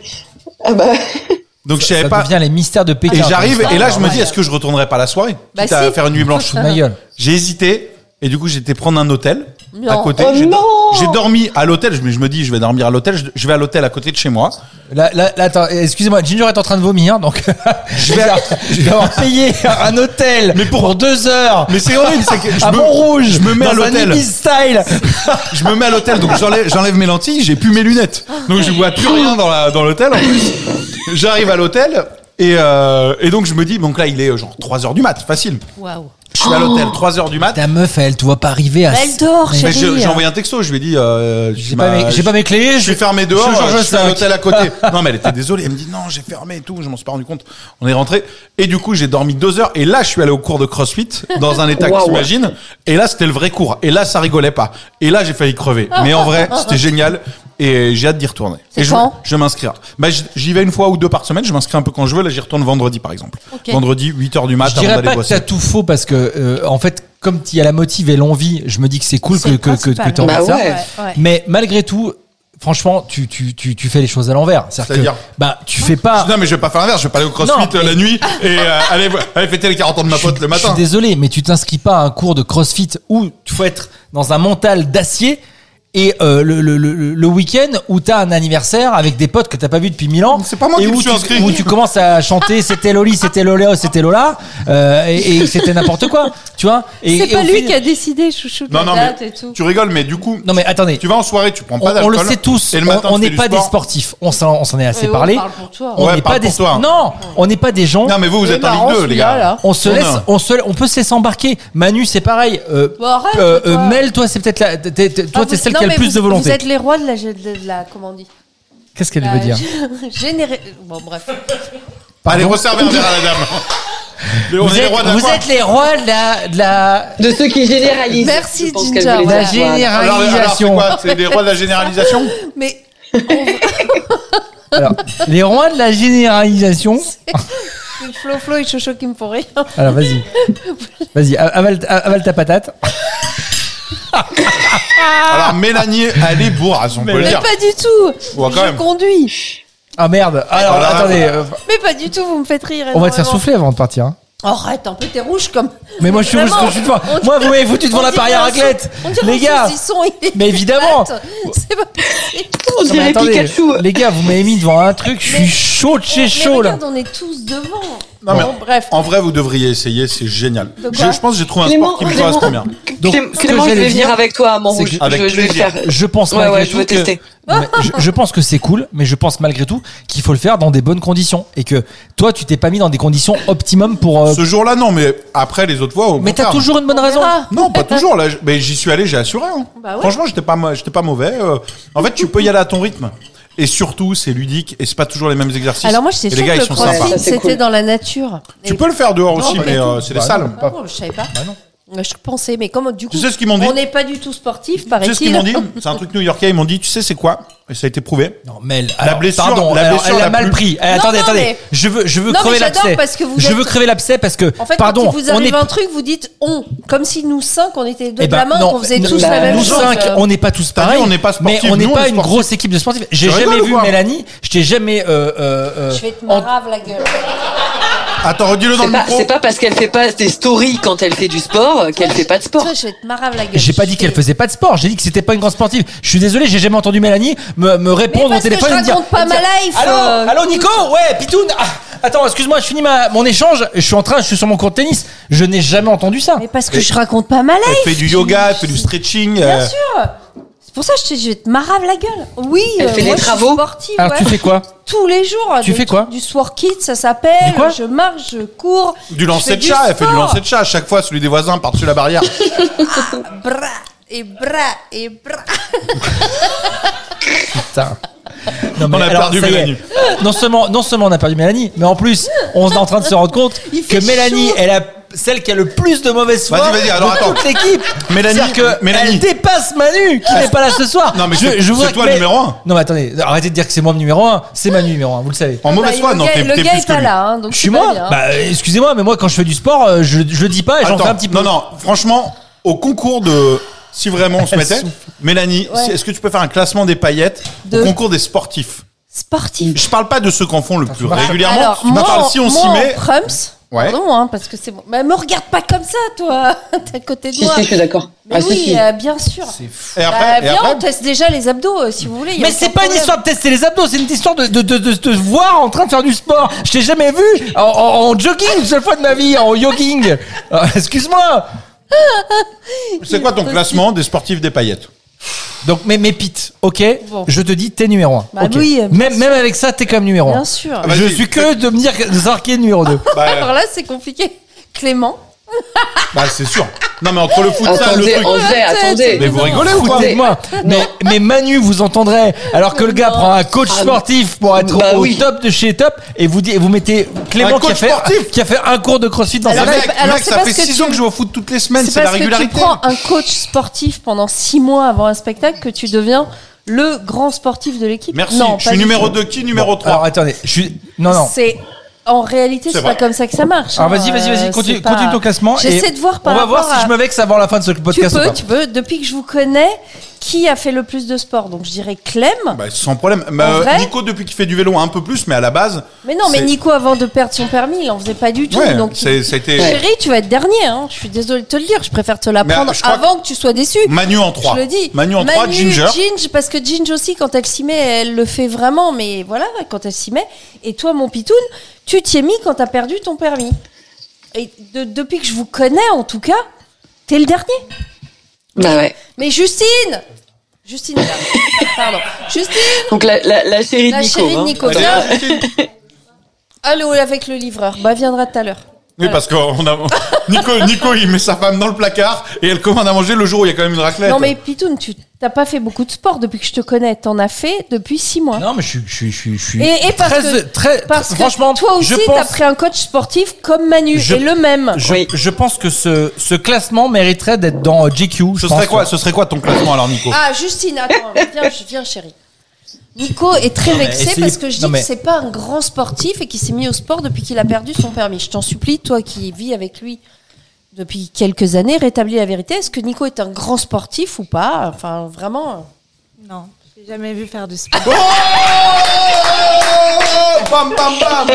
Speaker 5: Ah bah, *laughs*
Speaker 3: Donc je savais
Speaker 2: ça
Speaker 3: pas.
Speaker 2: devient les mystères de Pékin.
Speaker 3: Et j'arrive
Speaker 2: ton
Speaker 3: et là
Speaker 2: histoire.
Speaker 3: je me dis est-ce que je retournerai pas la soirée
Speaker 4: Bah,
Speaker 3: quitte à
Speaker 4: si.
Speaker 3: faire une nuit blanche.
Speaker 2: Ma gueule.
Speaker 3: J'ai hésité et du coup j'ai été prendre un hôtel à
Speaker 4: Non.
Speaker 3: côté.
Speaker 5: Oh
Speaker 3: J'ai-
Speaker 5: non
Speaker 3: J'ai dormi à l'hôtel. Je me, je me dis je vais dormir à l'hôtel. Je, je vais à l'hôtel à côté de chez moi.
Speaker 2: Là, là, là, attends, excusez-moi, Ginger est en train de vomir, donc *laughs* je vais, je vais avoir payé un hôtel
Speaker 3: Mais pour-
Speaker 2: deux heures
Speaker 3: Mais c'est horrible. C'est
Speaker 2: *laughs*
Speaker 3: que je
Speaker 2: à
Speaker 3: me,
Speaker 2: Montrouge.
Speaker 3: je me mets à
Speaker 2: dans un
Speaker 3: l'hôtel.
Speaker 2: Ibis style.
Speaker 3: Je me mets à l'hôtel donc j'enlève j'enlève mes lentilles. J'ai plus mes lunettes. Donc je vois plus rien dans la- dans l'hôtel. en plus, j'arrive à l'hôtel. Et, euh, et donc je me dis, donc là il est euh, genre 3 heures du mat, facile.
Speaker 4: Waouh.
Speaker 3: Je suis à l'hôtel, 3 heures du mat.
Speaker 2: Ta meuf, elle te voit pas arriver à.
Speaker 4: Bah, elle dort,
Speaker 2: Mais
Speaker 3: Mais
Speaker 4: chérie.
Speaker 3: je- j'ai envoyé un texto, je lui ai dit, euh,
Speaker 2: J'ai pas, mes- j'ai pas mes clés.
Speaker 3: je suis fermé dehors,
Speaker 2: je suis au Georges
Speaker 3: je suis à
Speaker 2: V.
Speaker 3: l'hôtel à
Speaker 2: *laughs*
Speaker 3: côté. non, mais elle était désolée. Elle me dit, non, j'ai fermé et tout. Je m'en suis pas rendu compte. On est rentré. Et du coup, j'ai dormi deux heures. Et là, je suis allé au cours de CrossFit dans un état que
Speaker 5: Waouh.
Speaker 3: t'imagines. Et là, c'était le vrai cours. Et là, ça rigolait pas. Et là, j'ai failli crever. Mais en vrai, c'était génial. Et j'ai hâte d'y retourner.
Speaker 4: C'est
Speaker 3: et je,
Speaker 4: quand
Speaker 3: je vais m'inscrire. Bah, j- j'y vais une fois ou deux par semaine. Je m'inscris un peu quand je veux. Là, j'y retourne vendredi, par exemple.
Speaker 4: Ok.
Speaker 3: Vendredi, 8 heures du mat,
Speaker 2: Je
Speaker 3: avant
Speaker 2: dirais
Speaker 3: d'aller
Speaker 2: pas que
Speaker 3: bosser.
Speaker 2: t'as tout faux parce que euh, en fait, comme il y a la motive et l'envie, je me dis que c'est cool que
Speaker 4: C'est
Speaker 2: que que, que
Speaker 4: principal.
Speaker 2: t'aies envie
Speaker 5: Bah
Speaker 2: de ça.
Speaker 5: ouais.
Speaker 4: ouais.
Speaker 2: Mais malgré tout, franchement, tu tu tu, tu fais les choses à l'envers. C'est-à-dire,
Speaker 3: C'est-à-dire
Speaker 2: que, bah tu fais pas.
Speaker 3: Non mais je vais pas faire l'inverse, je vais pas aller au crossfit
Speaker 2: Non,
Speaker 3: euh, la nuit et
Speaker 2: *laughs*
Speaker 3: euh, aller, aller fêter les 40 ans de ma
Speaker 2: Je suis-
Speaker 3: pote le
Speaker 2: Je suis
Speaker 3: matin.
Speaker 2: désolé, mais tu t'inscris pas à un cours de CrossFit où tu faut être dans un mental d'acier et euh, le, le, le, le week-end où t'as un anniversaire avec des potes que t'as pas vu depuis mille ans.
Speaker 3: C'est pas moi
Speaker 2: et
Speaker 3: qui me
Speaker 2: où
Speaker 3: suis
Speaker 2: tu-
Speaker 3: inscrit.
Speaker 2: Où tu commences à chanter c'était Loli, c'était Lola, c'était Lola euh, et, et c'était n'importe quoi, tu vois. Et-
Speaker 4: C'est
Speaker 2: et
Speaker 4: pas
Speaker 2: au
Speaker 4: lui
Speaker 2: final-
Speaker 4: qui a décidé, chouchou, de
Speaker 3: Non,
Speaker 4: la
Speaker 3: non,
Speaker 4: date
Speaker 3: mais
Speaker 4: et tout.
Speaker 3: tu rigoles, mais du coup,
Speaker 2: Non mais attendez,
Speaker 3: tu vas en soirée, tu prends
Speaker 2: on,
Speaker 3: pas
Speaker 2: on
Speaker 3: d'alcool.
Speaker 2: le sait tous,
Speaker 3: Et
Speaker 2: on-
Speaker 3: le matin,
Speaker 2: on
Speaker 3: tu
Speaker 2: n'est
Speaker 3: fais du
Speaker 2: pas des
Speaker 3: sport.
Speaker 2: sportifs, on s'en on s'en est assez
Speaker 4: Ouais, on
Speaker 2: parlé.
Speaker 4: parle pour toi.
Speaker 2: On
Speaker 3: Ouais,
Speaker 2: n'est
Speaker 3: parle
Speaker 2: pas des
Speaker 3: pour toi, hein.
Speaker 2: non, on n'est pas des gens.
Speaker 3: Non mais vous, vous
Speaker 4: Oui,
Speaker 3: êtes
Speaker 4: marrant,
Speaker 3: en Ligue 2, les
Speaker 4: celui-là,
Speaker 3: gars.
Speaker 4: là.
Speaker 2: Eh ben, On se
Speaker 3: On
Speaker 2: laisse,
Speaker 3: a-
Speaker 2: on se, on peut se laisser embarquer. Manu, c'est pareil. Euh,
Speaker 4: Bon, arrête,
Speaker 2: euh,
Speaker 4: toi.
Speaker 2: euh, Mel, toi, c'est peut-être la, t'es- t'es-
Speaker 4: Ah,
Speaker 2: toi, t'es
Speaker 4: vous-
Speaker 2: celle
Speaker 4: non,
Speaker 2: qui a
Speaker 4: mais
Speaker 2: le plus
Speaker 4: vous-
Speaker 2: de volonté.
Speaker 4: Vous êtes les rois de la, de la comment on dit
Speaker 2: Qu'est-ce qu'elle
Speaker 4: La
Speaker 2: veut dire
Speaker 4: *laughs* gé- généré- Bon, bref.
Speaker 3: Allez, resservez un verre à
Speaker 2: *laughs*
Speaker 3: la dame. Mais on
Speaker 2: Vous,
Speaker 3: est les
Speaker 2: êtes,
Speaker 3: rois de la
Speaker 2: vous
Speaker 3: coin.
Speaker 2: êtes les rois de la, de la,
Speaker 5: de ceux qui généralisent.
Speaker 4: Merci,
Speaker 5: je pense
Speaker 4: Ginger,
Speaker 5: qu'elle voulait
Speaker 4: voilà.
Speaker 2: la
Speaker 5: dire,
Speaker 3: Bah,
Speaker 5: voilà.
Speaker 3: Alors, alors, c'est
Speaker 2: généralisation.
Speaker 3: quoi C'est les rois de la généralisation
Speaker 4: Mais
Speaker 2: Alors, les rois de la généralisation.
Speaker 4: Flo Flo et Chocho qui me font rire.
Speaker 2: Alors, vas-y. Vas-y, a- avale, a- avale ta patate. Ah.
Speaker 3: Alors Mélanie, elle est bourrasse, on peut le
Speaker 4: Mais
Speaker 3: dire.
Speaker 4: pas du tout
Speaker 3: Ouais, quand
Speaker 4: Je
Speaker 3: même.
Speaker 4: conduis
Speaker 2: Ah merde. Alors,
Speaker 3: Voilà.
Speaker 2: attendez, euh,
Speaker 4: Mais pas du tout, vous me faites rire
Speaker 2: on va te faire
Speaker 4: énormément.
Speaker 2: souffler avant de partir. hein.
Speaker 4: Arrête un peu, t'es rouge comme...
Speaker 2: Mais moi, je suis rouge,
Speaker 4: Vraiment,
Speaker 2: je suis devant.
Speaker 4: on-
Speaker 2: Moi, vous m'avez foutu devant
Speaker 4: on
Speaker 2: la
Speaker 4: dirait
Speaker 2: barrière
Speaker 4: un
Speaker 2: à raclette.
Speaker 4: sau- on dirait
Speaker 2: Les
Speaker 4: un
Speaker 2: gars.
Speaker 4: saucisson, il est
Speaker 2: Mais évidemment.
Speaker 4: plate. *laughs* C'est pas possible
Speaker 5: On
Speaker 2: Non, mais
Speaker 5: dirait
Speaker 2: attendez,
Speaker 5: Pikachu.
Speaker 2: les gars, vous m'avez mis devant un truc, je suis
Speaker 4: Mais-
Speaker 2: chaud de chez
Speaker 4: Mais
Speaker 2: chaud là.
Speaker 4: regarde, on est tous devant
Speaker 3: Non, mais-
Speaker 4: Bon, bref.
Speaker 3: En vrai, vous devriez essayer, c'est génial.
Speaker 4: De
Speaker 3: Je,
Speaker 4: quoi
Speaker 3: je pense que j'ai trouvé un
Speaker 5: Clément,
Speaker 3: sport qui me
Speaker 5: Clément,
Speaker 3: correspond bien.
Speaker 2: Donc,
Speaker 5: Clé-
Speaker 2: ce que
Speaker 5: Clément, je
Speaker 2: j'allais
Speaker 5: vais venir
Speaker 2: dire,
Speaker 5: avec toi à Montrouge.
Speaker 2: c'est
Speaker 3: que-
Speaker 5: Je, je,
Speaker 3: Avec
Speaker 5: je vais le
Speaker 3: plaisir.
Speaker 5: faire.
Speaker 2: Je pense
Speaker 5: Ouais,
Speaker 2: malgré
Speaker 5: ouais, je
Speaker 2: tout
Speaker 5: veux
Speaker 2: que-
Speaker 5: tester.
Speaker 2: Non, mais je, je pense que c'est cool, mais je pense malgré tout qu'il faut le faire dans des bonnes conditions et que toi, tu t'es pas mis dans des conditions optimum pour. euh,
Speaker 3: Ce jour-là, non, mais après les autres fois, au
Speaker 2: Mais t'as
Speaker 3: contraire.
Speaker 2: toujours une bonne raison.
Speaker 4: verra.
Speaker 3: Non, pas toujours. Là, je- mais j'y suis allé, j'ai assuré. hein.
Speaker 4: Bah ouais.
Speaker 3: Franchement, j'étais pas, ma- j'étais pas mauvais. euh. en fait, tu peux y aller à ton rythme. Et surtout, c'est ludique et c'est pas toujours les mêmes exercices.
Speaker 4: Alors moi, je sais
Speaker 3: Et
Speaker 4: sûr
Speaker 3: les gars,
Speaker 4: que
Speaker 3: ils
Speaker 4: le
Speaker 3: sont sympas.
Speaker 5: Ouais,
Speaker 4: crossfit,
Speaker 5: ça, c'est
Speaker 4: c'était
Speaker 5: cool.
Speaker 4: dans la nature.
Speaker 3: Tu
Speaker 4: Et-
Speaker 3: peux le faire dehors aussi,
Speaker 4: pas
Speaker 3: mais
Speaker 4: du
Speaker 3: euh, c'est des salles.
Speaker 4: Ah bon, je savais pas.
Speaker 2: Bah
Speaker 4: Je pensais, mais comment du coup
Speaker 3: sais ce qu'ils m'ont dit
Speaker 4: On n'est pas du tout sportif,
Speaker 3: Tu
Speaker 4: paraît-il.
Speaker 3: sais ce qu'ils m'ont dit C'est un truc new-yorkais. Ils m'ont dit, tu sais, c'est quoi et ça a été prouvé.
Speaker 2: Non, mais elle,
Speaker 3: La
Speaker 2: alors,
Speaker 3: blessure-
Speaker 2: pardon,
Speaker 3: la
Speaker 2: alors,
Speaker 3: blessure
Speaker 2: elle a
Speaker 3: la
Speaker 2: mal
Speaker 3: plus-
Speaker 2: pris. Eh,
Speaker 4: Non,
Speaker 2: attendez,
Speaker 4: non,
Speaker 2: attendez.
Speaker 4: mais-
Speaker 2: Je veux, je veux
Speaker 4: Non, mais
Speaker 2: crever
Speaker 4: j'adore
Speaker 2: l'abcès.
Speaker 4: parce que vous
Speaker 2: Je
Speaker 4: êtes-
Speaker 2: veux crever l'abcès parce que,
Speaker 4: En fait,
Speaker 2: pardon,
Speaker 4: quand il vous
Speaker 2: on
Speaker 4: arrive
Speaker 2: est.
Speaker 4: un truc, vous dites on, comme si nous cinq, on était deux
Speaker 2: Eh
Speaker 4: de
Speaker 2: ben,
Speaker 4: la main,
Speaker 2: non,
Speaker 4: qu'on faisait
Speaker 2: nous-
Speaker 4: tous la même
Speaker 2: nous
Speaker 4: chose. euh.
Speaker 2: cinq, on n'est pas tous
Speaker 3: T'as dit,
Speaker 2: pareils.
Speaker 3: on n'est pas sportifs,
Speaker 2: mais on n'est
Speaker 3: nous, on
Speaker 2: pas
Speaker 3: est
Speaker 2: une
Speaker 3: sportifs.
Speaker 2: grosse équipe de sportifs. J'ai
Speaker 3: Je
Speaker 2: jamais
Speaker 3: rigole,
Speaker 2: vu
Speaker 3: quoi.
Speaker 2: Mélanie. Je t'ai jamais. Euh, euh, euh,
Speaker 4: Je vais te
Speaker 2: en-
Speaker 4: marave la gueule.
Speaker 3: Attends, redis-le dans
Speaker 5: C'est
Speaker 3: le
Speaker 5: pas,
Speaker 3: micro.
Speaker 5: c'est pas parce qu'elle fait pas des stories quand elle fait du sport euh, qu'elle fait pas de sport.
Speaker 4: Toi, je vais te marave la gueule.
Speaker 2: J'ai pas dit qu'elle faisait pas de sport. J'ai dit que c'était pas une grande sportive. Je suis désolé, j'ai jamais entendu Mélanie me, me
Speaker 4: Mais
Speaker 2: répondre
Speaker 4: parce
Speaker 2: au téléphone
Speaker 4: que
Speaker 2: et
Speaker 4: je
Speaker 2: me dire.
Speaker 4: raconte pas
Speaker 2: me dire,
Speaker 4: ma life,
Speaker 2: Allô,
Speaker 4: euh,
Speaker 2: allô, Nico. Ouais, Pitoun. Ah, attends, excuse-moi, je finis ma, mon échange. Je suis en train, je suis sur mon court de tennis. Je n'ai jamais entendu ça.
Speaker 4: Mais parce que je raconte pas ma
Speaker 3: Elle
Speaker 4: life.
Speaker 3: fait du yoga, elle fait du stretching. euh,
Speaker 4: Bien sûr. C'est pour ça que je te dis, je vais te marave la gueule. Oui, euh,
Speaker 5: Elle fait
Speaker 4: moi,
Speaker 5: des
Speaker 4: je suis
Speaker 5: travaux.
Speaker 4: sportive,
Speaker 2: Alors
Speaker 4: ouais.
Speaker 2: tu fais quoi
Speaker 4: tous les jours.
Speaker 2: Tu
Speaker 4: Des
Speaker 2: fais quoi
Speaker 4: trucs Du sport kit, ça
Speaker 2: Du
Speaker 4: s'appelle.
Speaker 2: quoi
Speaker 4: Je marche, je cours.
Speaker 3: Du lancer
Speaker 4: je fais
Speaker 3: de chat, elle fait du
Speaker 4: sport.
Speaker 3: lancer de chat à chaque fois, celui des voisins par-dessus la
Speaker 4: *laughs*
Speaker 3: barrière.
Speaker 4: Bra et bra et bra.
Speaker 2: Putain. Non,
Speaker 3: On a
Speaker 2: alors,
Speaker 3: perdu
Speaker 2: ça y est.
Speaker 3: Mélanie.
Speaker 2: Non seulement, non seulement on a perdu Mélanie, mais en plus, on est en train de se rendre compte
Speaker 4: Il fait
Speaker 2: que Mélanie,
Speaker 4: chaud.
Speaker 2: elle a celle qui a le plus de mauvaise foi
Speaker 3: Vas-y, vas-y, alors,
Speaker 2: de
Speaker 3: attends.
Speaker 2: toute l'équipe.
Speaker 3: Mélanie,
Speaker 2: C'est-à-dire que
Speaker 3: Mélanie.
Speaker 2: elle dépasse Manu, qui n'est pas là ce soir.
Speaker 3: Non, mais c'est-
Speaker 2: voudrais
Speaker 3: c'est toi
Speaker 2: que
Speaker 3: le
Speaker 2: Mél-
Speaker 3: numéro un.
Speaker 2: Non, mais attendez, arrêtez de dire que c'est moi le numéro un. C'est Manu numéro un, vous le savez.
Speaker 3: En
Speaker 4: Bah,
Speaker 3: mauvaise foi,
Speaker 4: le
Speaker 3: non,
Speaker 4: gars-
Speaker 3: t'es
Speaker 4: Le
Speaker 3: t'es
Speaker 4: gars
Speaker 3: plus
Speaker 4: est
Speaker 3: que
Speaker 4: pas
Speaker 3: lui.
Speaker 4: là, hein, donc
Speaker 2: Je
Speaker 4: c'est
Speaker 2: suis
Speaker 4: pas
Speaker 2: moi.
Speaker 4: bien.
Speaker 2: Bah, excusez-moi, mais moi, quand je fais du sport, euh, je, je le dis pas et j'en
Speaker 3: Attends,
Speaker 2: fais un petit peu.
Speaker 3: Non, non, franchement, au concours de. Si vraiment on se
Speaker 2: Elle
Speaker 3: mettait.
Speaker 2: souffle.
Speaker 3: Mélanie,
Speaker 4: Ouais.
Speaker 3: si- est-ce que tu peux faire un classement des paillettes
Speaker 4: De-
Speaker 3: au concours des sportifs
Speaker 4: Sportive.
Speaker 3: Je parle pas de ceux qu'en font le plus
Speaker 2: marche.
Speaker 3: régulièrement.
Speaker 4: Alors,
Speaker 3: je
Speaker 4: moi,
Speaker 3: parle si on
Speaker 4: moi,
Speaker 3: s'y
Speaker 4: en
Speaker 3: met.
Speaker 4: Prums,
Speaker 3: Ouais.
Speaker 4: pardon, hein, parce que c'est bon. Mais me regarde pas comme ça, toi. *laughs* T'es à côté de
Speaker 5: Si,
Speaker 4: moi.
Speaker 5: si, je suis d'accord.
Speaker 4: Mais
Speaker 5: Ah, si,
Speaker 4: oui,
Speaker 5: si.
Speaker 4: euh, bien sûr.
Speaker 3: Et
Speaker 4: Bah,
Speaker 3: après, et
Speaker 4: viens,
Speaker 3: après
Speaker 4: on teste déjà les abdos, euh, si vous voulez. y a
Speaker 2: Mais
Speaker 4: aucun
Speaker 2: c'est pas une
Speaker 4: problème.
Speaker 2: histoire de tester les abdos, c'est une histoire de, de, de, de, de te voir en train de faire du sport. Je t'ai jamais vu en, en- en jogging une seule fois de ma vie, en jogging. Euh, Excuse-moi.
Speaker 3: c'est quoi ton classement des sportifs des
Speaker 4: *laughs*
Speaker 3: paillettes
Speaker 2: Donc, mais, mais Pete, ok,
Speaker 4: Bon.
Speaker 2: je te dis, t'es numéro 1.
Speaker 4: Bah oui, bien
Speaker 2: même, même avec ça, t'es comme numéro 1.
Speaker 4: Bien sûr.
Speaker 3: bah,
Speaker 2: Je
Speaker 3: Vas-y.
Speaker 2: suis que de me dire que- de savoir qui est numéro 2.
Speaker 3: bah,
Speaker 4: Alors là, c'est compliqué. *laughs* Clément.
Speaker 3: bah, c'est sûr. Non, mais entre le futsal, le
Speaker 5: Attendez,
Speaker 3: truc.
Speaker 5: en vrai,
Speaker 4: Ah, c'est-
Speaker 5: attendez.
Speaker 3: Mais vous
Speaker 4: Non.
Speaker 3: rigolez ou quoi
Speaker 2: Foutez de
Speaker 4: *laughs*
Speaker 2: moi. Mais, mais Manu vous entendrez, alors que le gars
Speaker 4: Non.
Speaker 2: prend un coach
Speaker 5: Ah,
Speaker 2: sportif pour être
Speaker 5: bah
Speaker 2: au
Speaker 5: oui.
Speaker 2: top de chez top et vous, dit- vous mettez Clément
Speaker 3: Un
Speaker 2: qui a,
Speaker 3: coach
Speaker 2: fait,
Speaker 3: sportif.
Speaker 2: qui a fait un cours de crossfit dans sa
Speaker 4: Alors,
Speaker 2: vie.
Speaker 3: mec,
Speaker 4: alors,
Speaker 3: mec,
Speaker 4: c'est
Speaker 3: ça
Speaker 4: parce
Speaker 3: fait
Speaker 4: que
Speaker 3: 6
Speaker 4: tu-
Speaker 3: ans que je joue au foot toutes les semaines, c'est la
Speaker 4: parce que tu
Speaker 3: régularité.
Speaker 4: prends un coach sportif pendant six mois avant un spectacle que tu deviens le grand sportif de l'équipe.
Speaker 3: Merci,
Speaker 4: Non,
Speaker 3: je
Speaker 4: pas
Speaker 3: suis
Speaker 4: du
Speaker 3: numéro
Speaker 4: tout.
Speaker 3: 2 qui Numéro
Speaker 2: Alors
Speaker 3: 3
Speaker 2: attendez, je suis. Non, non.
Speaker 4: C'est en réalité,
Speaker 3: C'est
Speaker 4: c'est
Speaker 3: vrai.
Speaker 4: pas comme ça que ça marche.
Speaker 2: Alors
Speaker 4: hein.
Speaker 2: vas-y, vas-y,
Speaker 4: Euh,
Speaker 2: vas-y, continue,
Speaker 4: c'est pas-
Speaker 2: continue ton classement. et
Speaker 4: J'essaie de voir par
Speaker 2: On va voir
Speaker 4: rapport
Speaker 2: si je
Speaker 4: à-
Speaker 2: me vexe avant la fin de ce
Speaker 4: Tu
Speaker 2: podcast. ou
Speaker 4: peux,
Speaker 2: pas.
Speaker 4: tu peux. Depuis que je vous connais, qui a fait le plus de sport Donc je dirais Clem.
Speaker 3: Bah, sans problème. Bah,
Speaker 4: En vrai
Speaker 3: Nico, depuis qu'il fait du vélo, un peu plus, mais à la base.
Speaker 4: mais non, mais
Speaker 3: c'est-
Speaker 4: Nico, avant de perdre son permis, il en faisait pas du tout.
Speaker 3: Ouais,
Speaker 4: donc
Speaker 3: c'est- c'était.
Speaker 4: chérie, tu vas être dernier. hein. Je suis désolée de te le dire. Je préfère te l'apprendre
Speaker 3: euh, je crois que-
Speaker 4: avant que... tu sois déçu.
Speaker 3: Manu en 3.
Speaker 4: Je le dis.
Speaker 3: Manu en 3, Ginger.
Speaker 4: Ginge, parce que Ginge aussi, quand elle s'y met, elle le fait vraiment. Mais voilà, quand elle s'y met. Et toi, mon pitoun, tu t'y es mis quand t'as perdu ton permis. Et de- depuis que je vous connais, en tout cas, t'es le dernier.
Speaker 5: Bah ouais.
Speaker 4: Mais Justine Justine, là. pardon. Justine,
Speaker 5: Donc la, la, la série de
Speaker 4: la
Speaker 5: Nico.
Speaker 4: chérie de
Speaker 5: hein.
Speaker 4: Nico,
Speaker 3: Allez,
Speaker 4: viens.
Speaker 3: vas-y, Justine.
Speaker 4: Allô, avec le livreur. Bah, viendra tout à l'heure.
Speaker 3: *laughs* Oui, parce que on a... Nico, Nico, il met sa femme dans le placard et elle commande à manger le jour où il y a quand même une raclette.
Speaker 4: Non, mais Pitoun, tu t'as pas fait beaucoup de sport depuis que je te connais. T'en as fait depuis six mois.
Speaker 2: Non, mais je suis, je suis, je suis, je suis
Speaker 4: Et- et parce
Speaker 2: très,
Speaker 4: que-
Speaker 2: très,
Speaker 4: Parce que
Speaker 2: franchement,
Speaker 4: toi aussi,
Speaker 2: je
Speaker 4: t'as
Speaker 2: pense,
Speaker 4: pris un coach sportif comme Manu,
Speaker 2: Je-
Speaker 4: et le même.
Speaker 2: je,
Speaker 5: Oui.
Speaker 2: je pense que ce, ce classement mériterait d'être dans euh, GQ. je
Speaker 3: Ce
Speaker 2: pense
Speaker 3: serait quoi, ce serait quoi ton classement alors, Nico
Speaker 4: Ah, Justine, attends, viens, je- viens, chérie. Nico est très
Speaker 2: mais
Speaker 4: vexé
Speaker 2: essayez-
Speaker 4: parce que je dis
Speaker 2: non, mais-
Speaker 4: que c'est pas un grand sportif et qu'il s'est mis au sport depuis qu'il a perdu son permis. Je t'en supplie, toi qui vis avec lui depuis quelques années, rétablis la vérité. Est-ce que Nico est un grand sportif ou pas Enfin, vraiment.
Speaker 7: Non, j'ai jamais vu faire du sport.
Speaker 3: Oh Bam, bam, bam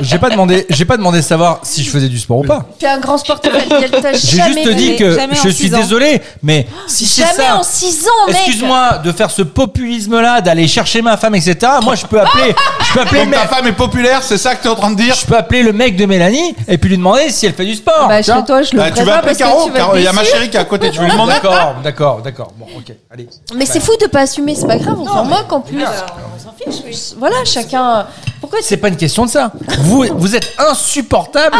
Speaker 2: J'ai pas demandé, j'ai pas demandé de savoir si je faisais du sport ou pas.
Speaker 4: T'es un grand sportif, Daniel,
Speaker 2: *laughs*
Speaker 4: t'as
Speaker 2: J'ai
Speaker 4: jamais
Speaker 2: juste dit
Speaker 4: fait-
Speaker 2: que
Speaker 7: jamais en
Speaker 2: je suis
Speaker 7: six ans.
Speaker 2: désolé, mais si c'est
Speaker 4: Jamais
Speaker 2: ça.
Speaker 4: en 6 ans, mec
Speaker 2: Excuse-moi de faire ce populisme-là, d'aller chercher ma femme, etc. Moi, je peux appeler, je peux appeler,
Speaker 3: Donc
Speaker 2: le
Speaker 3: ta
Speaker 2: mec-
Speaker 3: femme est populaire, c'est ça que t'es en train de dire
Speaker 2: je peux appeler le mec de Mélanie et puis lui demander si elle fait du sport.
Speaker 4: Bah,
Speaker 2: Tiens.
Speaker 4: chez toi, je le
Speaker 3: Ah, Tu
Speaker 4: ferai
Speaker 3: vas
Speaker 4: pas
Speaker 3: appeler
Speaker 4: parce que
Speaker 3: Caro,
Speaker 4: tu vas
Speaker 3: Caro,
Speaker 4: être
Speaker 3: il y a
Speaker 4: déçu.
Speaker 3: ma chérie qui est à côté, tu veux lui demander
Speaker 2: D'accord, d'accord, d'accord. Bon, ok, allez.
Speaker 4: Mais c'est fou de pas assumer, c'est pas grave, on s'en moque en plus. Voilà, chacun. Pourquoi
Speaker 2: C'est pas une question de ça. Vous, vous êtes insupportable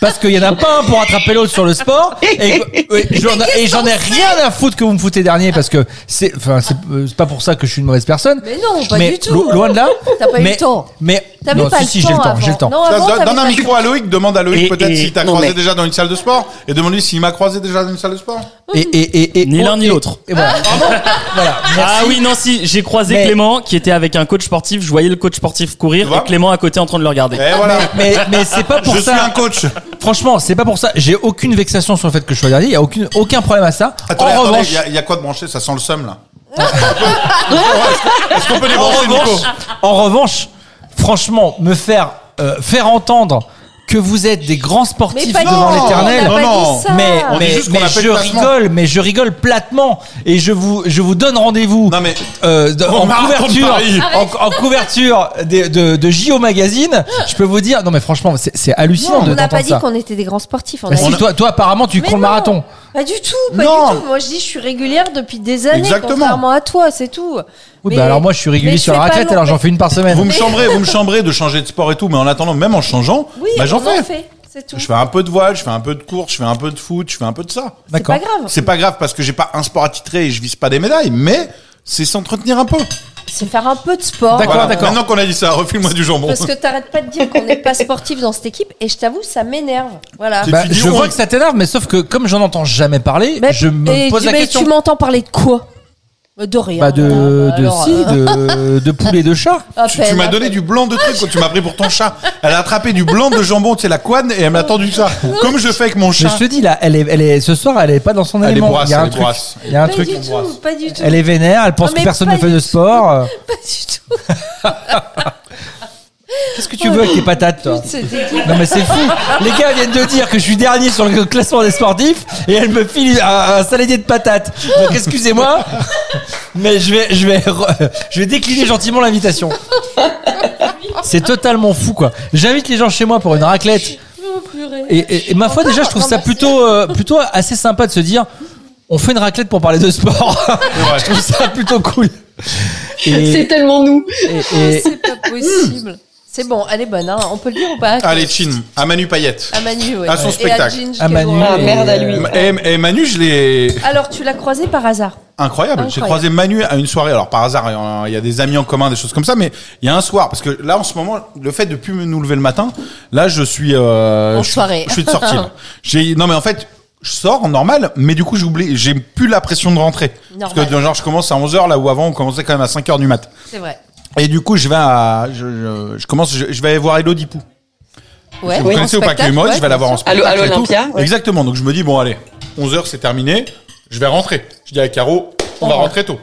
Speaker 2: parce qu'il y en a pas un pour attraper l'autre sur le sport et, et j'en- et j'en ai rien à foutre que vous me foutez dernier parce que c'est, enfin, c'est euh, c'est pas pour ça que je suis une mauvaise personne.
Speaker 4: Mais non, pas
Speaker 2: Mais
Speaker 4: du tout.
Speaker 2: lo- loin de là.
Speaker 4: T'as pas eu
Speaker 2: mais,
Speaker 4: le temps.
Speaker 2: Mais
Speaker 4: T'avais
Speaker 2: Non,
Speaker 4: pas
Speaker 2: si,
Speaker 4: le
Speaker 2: si,
Speaker 4: temps
Speaker 2: j'ai le temps,
Speaker 4: avant.
Speaker 2: j'ai le temps.
Speaker 4: Non,
Speaker 3: Ça,
Speaker 4: avant,
Speaker 3: donne
Speaker 4: t'avais
Speaker 3: donne un
Speaker 4: pas-
Speaker 3: micro à Loïc, demande à Loïc
Speaker 6: Et-
Speaker 3: peut-être
Speaker 6: et-
Speaker 3: s'il t'a
Speaker 8: non,
Speaker 3: croisé
Speaker 8: mais-
Speaker 3: déjà dans une salle de sport et demande-lui s'il m'a croisé déjà dans une salle de sport.
Speaker 2: Et, et, et, et-
Speaker 6: Ni l'un
Speaker 2: oh,
Speaker 6: ni
Speaker 2: et-
Speaker 6: l'autre.
Speaker 2: et voilà.
Speaker 4: Ah,
Speaker 2: Voilà, merci.
Speaker 6: Ah oui, non, si, j'ai croisé
Speaker 2: Mais-
Speaker 6: Clément qui était avec un coach sportif. Je voyais le coach sportif
Speaker 3: Tu
Speaker 6: courir
Speaker 3: vois
Speaker 6: et Clément à côté en train de le regarder.
Speaker 3: Et Eh, voilà.
Speaker 2: Mais, mais c'est pas pour
Speaker 3: Je
Speaker 2: ça.
Speaker 3: suis un coach.
Speaker 2: Franchement, c'est pas pour ça. J'ai aucune vexation sur le fait que je sois dernier. Il y a aucune, aucun problème à ça.
Speaker 3: Attendez,
Speaker 2: en
Speaker 3: attendez,
Speaker 2: revanche,
Speaker 3: il y a- il y, a quoi de branché Ça sent le seum là. Est-ce qu'on peut débrancher Nico
Speaker 2: en revanche, franchement, me faire euh, faire entendre que vous êtes des grands
Speaker 4: Mais
Speaker 2: sportifs
Speaker 4: pas
Speaker 2: devant
Speaker 4: du tout,
Speaker 2: l'éternel.
Speaker 4: on n'a pas
Speaker 3: Non,
Speaker 4: dit ça.
Speaker 2: Mais,
Speaker 3: On dit
Speaker 2: mais,
Speaker 3: juste qu'on
Speaker 2: mais
Speaker 3: l'appelle
Speaker 2: je
Speaker 3: placement.
Speaker 2: rigole, mais je rigole platement et je vous je vous donne rendez-vous
Speaker 3: Non, mais-
Speaker 2: euh, de-
Speaker 3: Au
Speaker 2: en
Speaker 3: marathon de
Speaker 2: couverture
Speaker 3: Paris.
Speaker 2: en, en couverture de, de, de JO magazine. Je peux vous dire non mais franchement c'est c'est hallucinant
Speaker 4: Non,
Speaker 2: de
Speaker 4: on n'a pas
Speaker 2: d'entendre
Speaker 4: dit
Speaker 2: ça.
Speaker 4: qu'on était des grands sportifs. On
Speaker 2: Bah
Speaker 4: a
Speaker 2: si,
Speaker 4: dit-
Speaker 2: toi toi apparemment tu
Speaker 4: Mais
Speaker 2: prends le
Speaker 4: non.
Speaker 2: marathon.
Speaker 4: Pas du tout, pas
Speaker 3: Non.
Speaker 4: du tout. Moi, je dis, je suis régulière depuis des années,
Speaker 3: Exactement.
Speaker 4: contrairement à toi, c'est tout.
Speaker 2: Oui
Speaker 4: Mais-
Speaker 2: bah alors moi je suis régulier
Speaker 4: mais je
Speaker 2: sur la
Speaker 4: fais pas
Speaker 2: raclette
Speaker 4: non-
Speaker 2: alors j'en fais une par semaine.
Speaker 3: Vous me chambrez, vous me chambrez de changer de sport et tout, mais en attendant, même en changeant,
Speaker 4: Oui,
Speaker 3: bah, j'en
Speaker 4: on
Speaker 3: fais.
Speaker 4: en fait, c'est tout.
Speaker 3: Je fais un peu de voile, je fais un peu de course, je fais un peu de foot, je fais un peu de ça.
Speaker 4: C'est
Speaker 2: D'accord.
Speaker 4: pas grave.
Speaker 3: C'est pas grave parce que j'ai pas un sport attitré et je vise pas des médailles, mais c'est s'entretenir un peu.
Speaker 4: C'est faire un peu de sport.
Speaker 2: D'accord,
Speaker 3: Voilà.
Speaker 2: d'accord.
Speaker 3: Maintenant qu'on a dit ça, refile-moi du jambon.
Speaker 4: Parce que t'arrêtes pas de dire qu'on n'est pas sportif dans cette équipe, et je t'avoue, ça m'énerve. Voilà.
Speaker 3: C'est-
Speaker 2: Bah,
Speaker 3: Tu dis oh,
Speaker 2: je
Speaker 3: on-
Speaker 2: vois que ça t'énerve mais sauf que comme j'en entends jamais parler,
Speaker 4: Mais-
Speaker 2: je me
Speaker 4: Bah, et
Speaker 2: pose
Speaker 4: tu-
Speaker 2: la
Speaker 4: mais
Speaker 2: question.
Speaker 4: tu m'entends parler de quoi Bah, De rien.
Speaker 2: Bah de
Speaker 4: voilà. Bah,
Speaker 2: de
Speaker 4: alors,
Speaker 2: si
Speaker 4: euh,
Speaker 2: de de poulet de
Speaker 4: *laughs*
Speaker 2: chat.
Speaker 4: à
Speaker 3: Tu, tu
Speaker 4: peine,
Speaker 3: m'as
Speaker 4: à
Speaker 3: donné
Speaker 4: peine.
Speaker 3: du blanc de truc, quoi. tu m'as pris pour ton chat. Elle a attrapé du blanc de jambon, tu sais, la couane, et elle m'a tendu ça. Comme je fais avec mon
Speaker 2: Mais
Speaker 3: chat.
Speaker 2: je te dis là, elle est, elle est, ce soir, elle est pas dans son
Speaker 3: Elle est
Speaker 2: élément.
Speaker 3: bourrasse,
Speaker 2: il y a un
Speaker 3: elle est
Speaker 2: truc.
Speaker 3: bourrasse.
Speaker 2: Il y a un
Speaker 4: Pas
Speaker 2: truc.
Speaker 4: du tout, pas du tout.
Speaker 2: Elle est vénère, elle pense
Speaker 4: Non,
Speaker 2: que
Speaker 4: Ah, mais
Speaker 2: personne
Speaker 4: pas
Speaker 2: ne fait
Speaker 4: du
Speaker 2: de
Speaker 4: tout. *laughs*
Speaker 2: sport.
Speaker 4: Pas du tout.
Speaker 2: Qu'est-ce que tu veux avec tes patates, toi
Speaker 4: C'est dégueu.
Speaker 2: Non mais c'est fou. Les gars viennent de dire que je suis dernier sur le classement des sportifs et elle me file un, un saladier de patates. Donc excusez-moi, mais je vais, je vais, re- je vais décliner gentiment l'invitation. C'est totalement fou quoi. J'invite les gens chez moi pour une raclette.
Speaker 4: Oh, purée.
Speaker 2: Et, et- et ma foi,
Speaker 4: Encore
Speaker 2: déjà, je trouve
Speaker 4: Non,
Speaker 2: ça
Speaker 4: mais-
Speaker 2: plutôt, euh, plutôt assez sympa de se dire, on fait une raclette pour parler de sport. je trouve ça plutôt cool.
Speaker 5: C'est
Speaker 2: Et,
Speaker 5: tellement nous.
Speaker 2: et- et-
Speaker 4: C'est pas possible. C'est bon, elle est bonne, hein. on peut le dire ou pas
Speaker 3: Allez, chin, à Manu Payette.
Speaker 4: À Manu, ouais.
Speaker 3: À son
Speaker 4: Et
Speaker 3: spectacle.
Speaker 4: Ginge
Speaker 2: à
Speaker 4: qui est
Speaker 2: Manu.
Speaker 4: loin.
Speaker 5: Ah,
Speaker 2: et-
Speaker 5: merde à lui.
Speaker 3: Et, et Manu, je l'ai.
Speaker 4: Alors, tu l'as croisé par hasard.
Speaker 3: Incroyable. J'ai
Speaker 4: Incroyable.
Speaker 3: croisé Manu à une soirée. Alors par hasard, hein, il y a des amis en commun, des choses comme ça. Mais il y a un soir, parce que là en ce moment, le fait de plus me nous lever le matin, là je suis. Euh,
Speaker 4: En
Speaker 3: je, suis-
Speaker 4: soirée.
Speaker 3: Je suis de sortie.
Speaker 4: *laughs*
Speaker 3: là. J'ai non mais en fait. Je sors en normal, mais du coup j'oublie, j'ai plus la pression de rentrer. Parce que
Speaker 4: Normal.
Speaker 3: genre je commence à 11h là où avant on commençait quand même à 5h du mat.
Speaker 4: C'est vrai.
Speaker 3: Et du coup je vais à, je, je- je commence, je, je vais aller voir Elodie Dipou.
Speaker 4: Ouais,
Speaker 3: Vous
Speaker 4: en
Speaker 3: connaissez ou pas
Speaker 4: spectacle,
Speaker 3: Clément
Speaker 4: ouais,
Speaker 3: Je vais la voir en
Speaker 4: bien
Speaker 3: spectacle.
Speaker 5: À l'O- à
Speaker 3: et tout.
Speaker 5: l'Olympia, ouais.
Speaker 3: Exactement. Donc je me dis, bon, allez, 11h, c'est terminé. Je vais rentrer. Je dis à Caro, on va rentrer tôt.